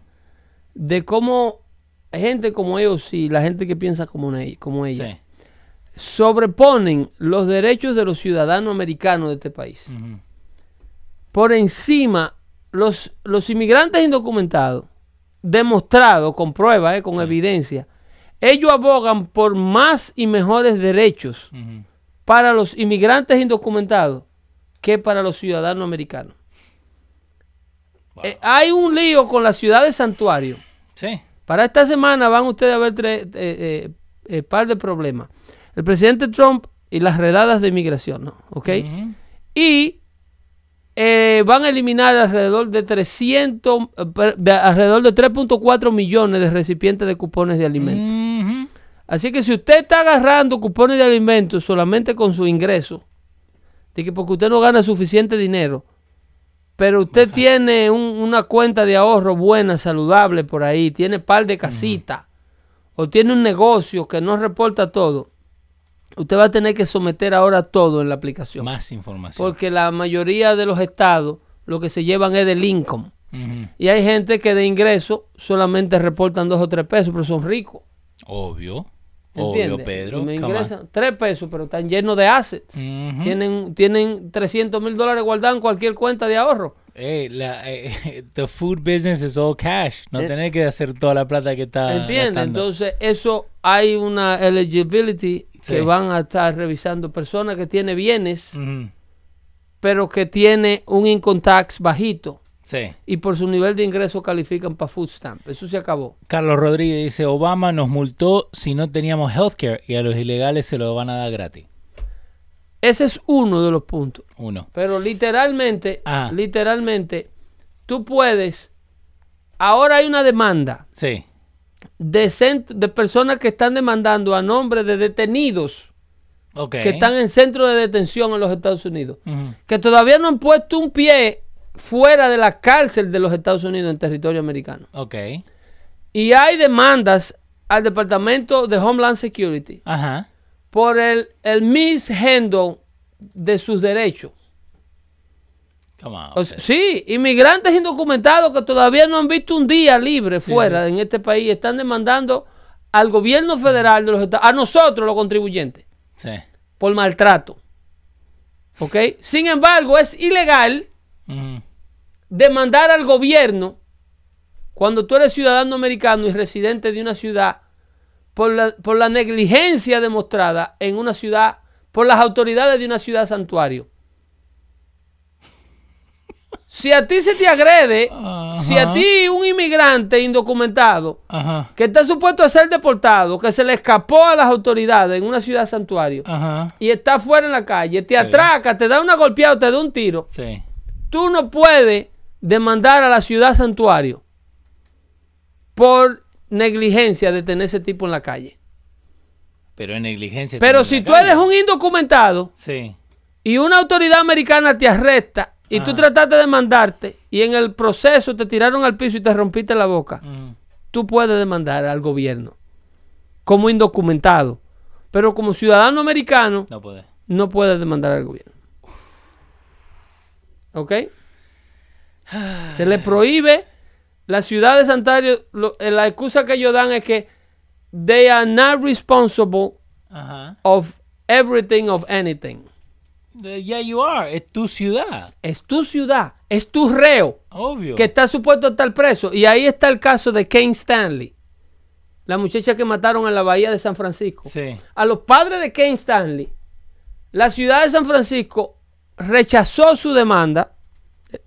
[SPEAKER 2] de cómo gente como ellos y la gente que piensa como, una- como ella
[SPEAKER 1] Sí.
[SPEAKER 2] sobreponen los derechos de los ciudadanos americanos de este país
[SPEAKER 1] Ujú.
[SPEAKER 2] por encima los, los inmigrantes indocumentados, demostrado con pruebas, eh, con evidencia, ellos abogan por más y mejores derechos
[SPEAKER 1] Ujú.
[SPEAKER 2] para los inmigrantes indocumentados que para los ciudadanos americanos. Eh, hay un lío con la ciudad de santuario.
[SPEAKER 1] Sí.
[SPEAKER 2] Para esta semana van ustedes a ver tres eh, eh, eh, par de problemas. El presidente Trump y las redadas de inmigración, ¿no? ¿Ok?
[SPEAKER 1] Ujú.
[SPEAKER 2] Y eh, van a eliminar alrededor de 300, eh, per- de alrededor de 3.4 millones de recipientes de cupones de alimentos.
[SPEAKER 1] Ujú.
[SPEAKER 2] Así que si usted está agarrando cupones de alimentos solamente con su ingreso, de que porque usted no gana suficiente dinero, pero usted tiene un- una cuenta de ahorro buena, saludable por ahí, tiene par de casitas, o tiene un negocio que no reporta todo, usted va a tener que someter ahora todo en la aplicación.
[SPEAKER 1] Más información.
[SPEAKER 2] Porque la mayoría de los estados lo que se llevan es del income.
[SPEAKER 1] Ujú.
[SPEAKER 2] Y hay gente que de ingreso solamente reportan dos o tres pesos, pero son ricos.
[SPEAKER 1] Obvio. Obvio,
[SPEAKER 2] ¿Entiendes?
[SPEAKER 1] Pedro.
[SPEAKER 2] Me
[SPEAKER 1] Come on.
[SPEAKER 2] ingresan tres pesos, pero están llenos de assets.
[SPEAKER 1] Ujú.
[SPEAKER 2] Tienen, tienen 300 mil dólares guardados en cualquier cuenta de ahorro.
[SPEAKER 1] Hey, la, eh, the food business is all cash. No tenés que hacer toda la plata que está.
[SPEAKER 2] Eh. ¿Entiendes?
[SPEAKER 1] gastando.
[SPEAKER 2] Entonces, eso hay una eligibility
[SPEAKER 1] Sí. Mm.
[SPEAKER 2] que van a estar revisando personas que tiene bienes,
[SPEAKER 1] Ujú.
[SPEAKER 2] pero que tiene un income tax bajito
[SPEAKER 1] Sí.
[SPEAKER 2] y por su nivel de ingreso califican para food stamp. Eso se acabó.
[SPEAKER 1] Carlos Rodríguez dice: Obama nos multó si no teníamos healthcare y a los ilegales se lo van a dar gratis.
[SPEAKER 2] Ese es uno de los puntos.
[SPEAKER 1] Uno.
[SPEAKER 2] Pero literalmente,
[SPEAKER 1] Ah.
[SPEAKER 2] literalmente, tú puedes. Ahora hay una demanda.
[SPEAKER 1] Sí.
[SPEAKER 2] de, cent- de personas que están demandando a nombre de detenidos
[SPEAKER 1] Ok.
[SPEAKER 2] que están en centro de detención en los Estados Unidos,
[SPEAKER 1] Ujú.
[SPEAKER 2] que todavía no han puesto un pie fuera de la cárcel de los Estados Unidos en territorio americano.
[SPEAKER 1] Ok.
[SPEAKER 2] Y hay demandas al Departamento de Homeland Security
[SPEAKER 1] Ajá.
[SPEAKER 2] por el, el mishandle de sus derechos.
[SPEAKER 1] Come on,
[SPEAKER 2] O sea,
[SPEAKER 1] Pedro.
[SPEAKER 2] sí, inmigrantes indocumentados que todavía no han visto un día libre fuera en este país están demandando al gobierno federal de los Estados a nosotros los contribuyentes
[SPEAKER 1] Sí.
[SPEAKER 2] por maltrato. ¿Ok? Sin embargo, es ilegal
[SPEAKER 1] Mm.
[SPEAKER 2] demandar al gobierno cuando tú eres ciudadano americano y residente de una ciudad por la, por la negligencia demostrada en una ciudad, por las autoridades de una ciudad santuario. Si a ti se te agrede, si a ti un inmigrante indocumentado
[SPEAKER 1] Ajá.
[SPEAKER 2] que está supuesto a ser deportado, que se le escapó a las autoridades en una ciudad santuario
[SPEAKER 1] Ajá.
[SPEAKER 2] y está fuera en la calle, te atraca, te da una golpeada o te da un tiro,
[SPEAKER 1] Sí.
[SPEAKER 2] tú no puedes demandar a la ciudad santuario por negligencia de tener ese tipo en la calle.
[SPEAKER 1] Pero en negligencia.
[SPEAKER 2] Pero
[SPEAKER 1] también
[SPEAKER 2] si
[SPEAKER 1] la
[SPEAKER 2] tú
[SPEAKER 1] calle.
[SPEAKER 2] eres un indocumentado
[SPEAKER 1] Sí.
[SPEAKER 2] y una autoridad americana te arresta y tú
[SPEAKER 1] Ah.
[SPEAKER 2] trataste de demandarte y en el proceso te tiraron al piso y te rompiste la boca,
[SPEAKER 1] Mm.
[SPEAKER 2] tú puedes demandar al gobierno como indocumentado. Pero como ciudadano americano
[SPEAKER 1] No puede.
[SPEAKER 2] no puedes demandar al gobierno. ¿Ok? Se le prohíbe. La ciudad de Santario, lo- eh, la excusa que ellos dan es que they are not responsible
[SPEAKER 1] Ajá.
[SPEAKER 2] of everything of anything.
[SPEAKER 1] The- yeah, you are. Es tu ciudad.
[SPEAKER 2] Es tu ciudad, es tu reo
[SPEAKER 1] Obvio.
[SPEAKER 2] que está supuesto a estar preso. Y ahí está el caso de Kane Stanley, la muchacha que mataron en la bahía de San Francisco.
[SPEAKER 1] Sí.
[SPEAKER 2] a los padres de Kane Stanley, la ciudad de San Francisco rechazó su demanda.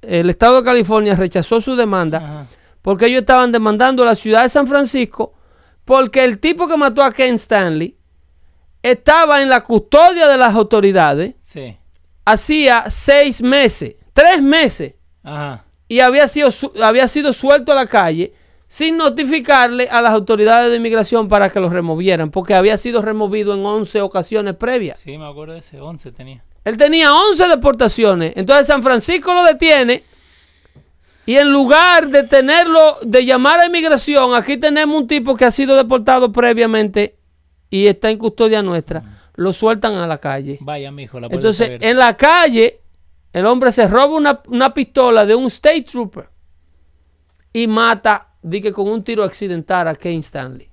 [SPEAKER 2] El estado de California rechazó su demanda
[SPEAKER 1] Ajá.
[SPEAKER 2] porque ellos estaban demandando a la ciudad de San Francisco porque el tipo que mató a Kane Stanley estaba en la custodia de las autoridades
[SPEAKER 1] Sí.
[SPEAKER 2] hacía seis meses, tres meses,
[SPEAKER 1] Ajá.
[SPEAKER 2] y había sido, su- había sido suelto a la calle sin notificarle a las autoridades de inmigración para que los removieran, porque había sido removido en 11 ocasiones previas.
[SPEAKER 1] Sí, me acuerdo de ese. 11 tenía.
[SPEAKER 2] Él tenía 11 deportaciones, entonces San Francisco lo detiene y en lugar de tenerlo, de llamar a inmigración, aquí tenemos un tipo que ha sido deportado previamente y está en custodia nuestra, lo sueltan a la calle.
[SPEAKER 1] Vaya, mijo, la puerta
[SPEAKER 2] Entonces,
[SPEAKER 1] está abierta.
[SPEAKER 2] en la calle, el hombre se roba una, una pistola de un state trooper y mata, di que con un tiro accidental a Kane Stanley.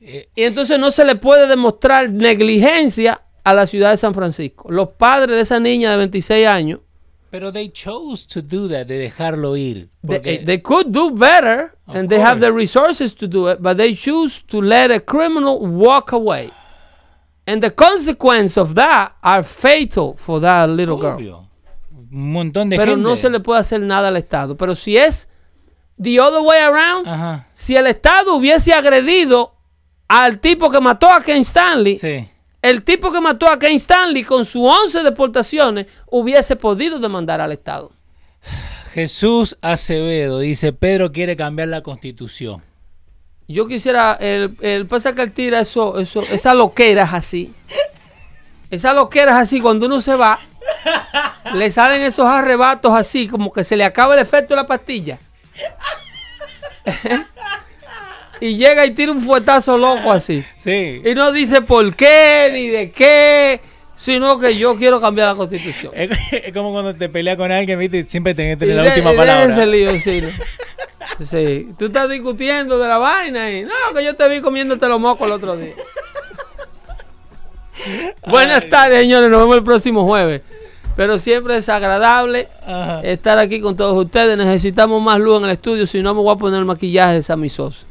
[SPEAKER 1] Eh.
[SPEAKER 2] Y entonces no se le puede demostrar negligencia a la ciudad de San Francisco. Los padres de esa niña de 26 años,
[SPEAKER 1] Pero they chose to do that, de dejarlo ir.
[SPEAKER 2] they,
[SPEAKER 1] Porque-
[SPEAKER 2] they could do better
[SPEAKER 1] Of
[SPEAKER 2] and they have the
[SPEAKER 1] course.
[SPEAKER 2] resources to do it, but they choose to let a criminal walk away. And the consequences of that are fatal for that little girl.
[SPEAKER 1] obvio. Un montón de
[SPEAKER 2] pero
[SPEAKER 1] gente.
[SPEAKER 2] no se le puede hacer nada al Estado. Pero si es the other way around,
[SPEAKER 1] Ajá.
[SPEAKER 2] si el Estado hubiese agredido al tipo que mató a Ken Stanley,
[SPEAKER 1] Sí.
[SPEAKER 2] el tipo que mató a Ken Stanley con sus 11 deportaciones hubiese podido demandar al Estado.
[SPEAKER 1] Jesús Acevedo dice: Pedro quiere cambiar la constitución.
[SPEAKER 2] Yo quisiera, el, el pasa que él tira eso, eso, esas loqueras así. Esas loqueras así, cuando uno se va, le salen esos arrebatos así, como que se le acaba el efecto de la pastilla. y llega y tira un fuetazo loco así.
[SPEAKER 1] Sí.
[SPEAKER 2] Y no dice por qué, ni de qué, sino que yo quiero cambiar la constitución.
[SPEAKER 1] Es, es como cuando te peleas con alguien, ¿viste? Siempre tenés que
[SPEAKER 2] Y
[SPEAKER 1] tener la
[SPEAKER 2] de-
[SPEAKER 1] última
[SPEAKER 2] y
[SPEAKER 1] palabra.
[SPEAKER 2] déjense el lío, sí, ¿no? Sí. Tú estás discutiendo de la vaina y no, que yo te vi comiéndote los mocos el otro día. Buenas tardes, señores. Nos vemos el próximo jueves. Pero siempre es agradable
[SPEAKER 1] Ajá.
[SPEAKER 2] estar aquí con todos ustedes. Necesitamos más luz en el estudio, si no me voy a poner el maquillaje de Sammy Sosa.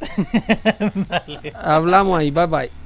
[SPEAKER 2] Hablamos ahí. Bye bye.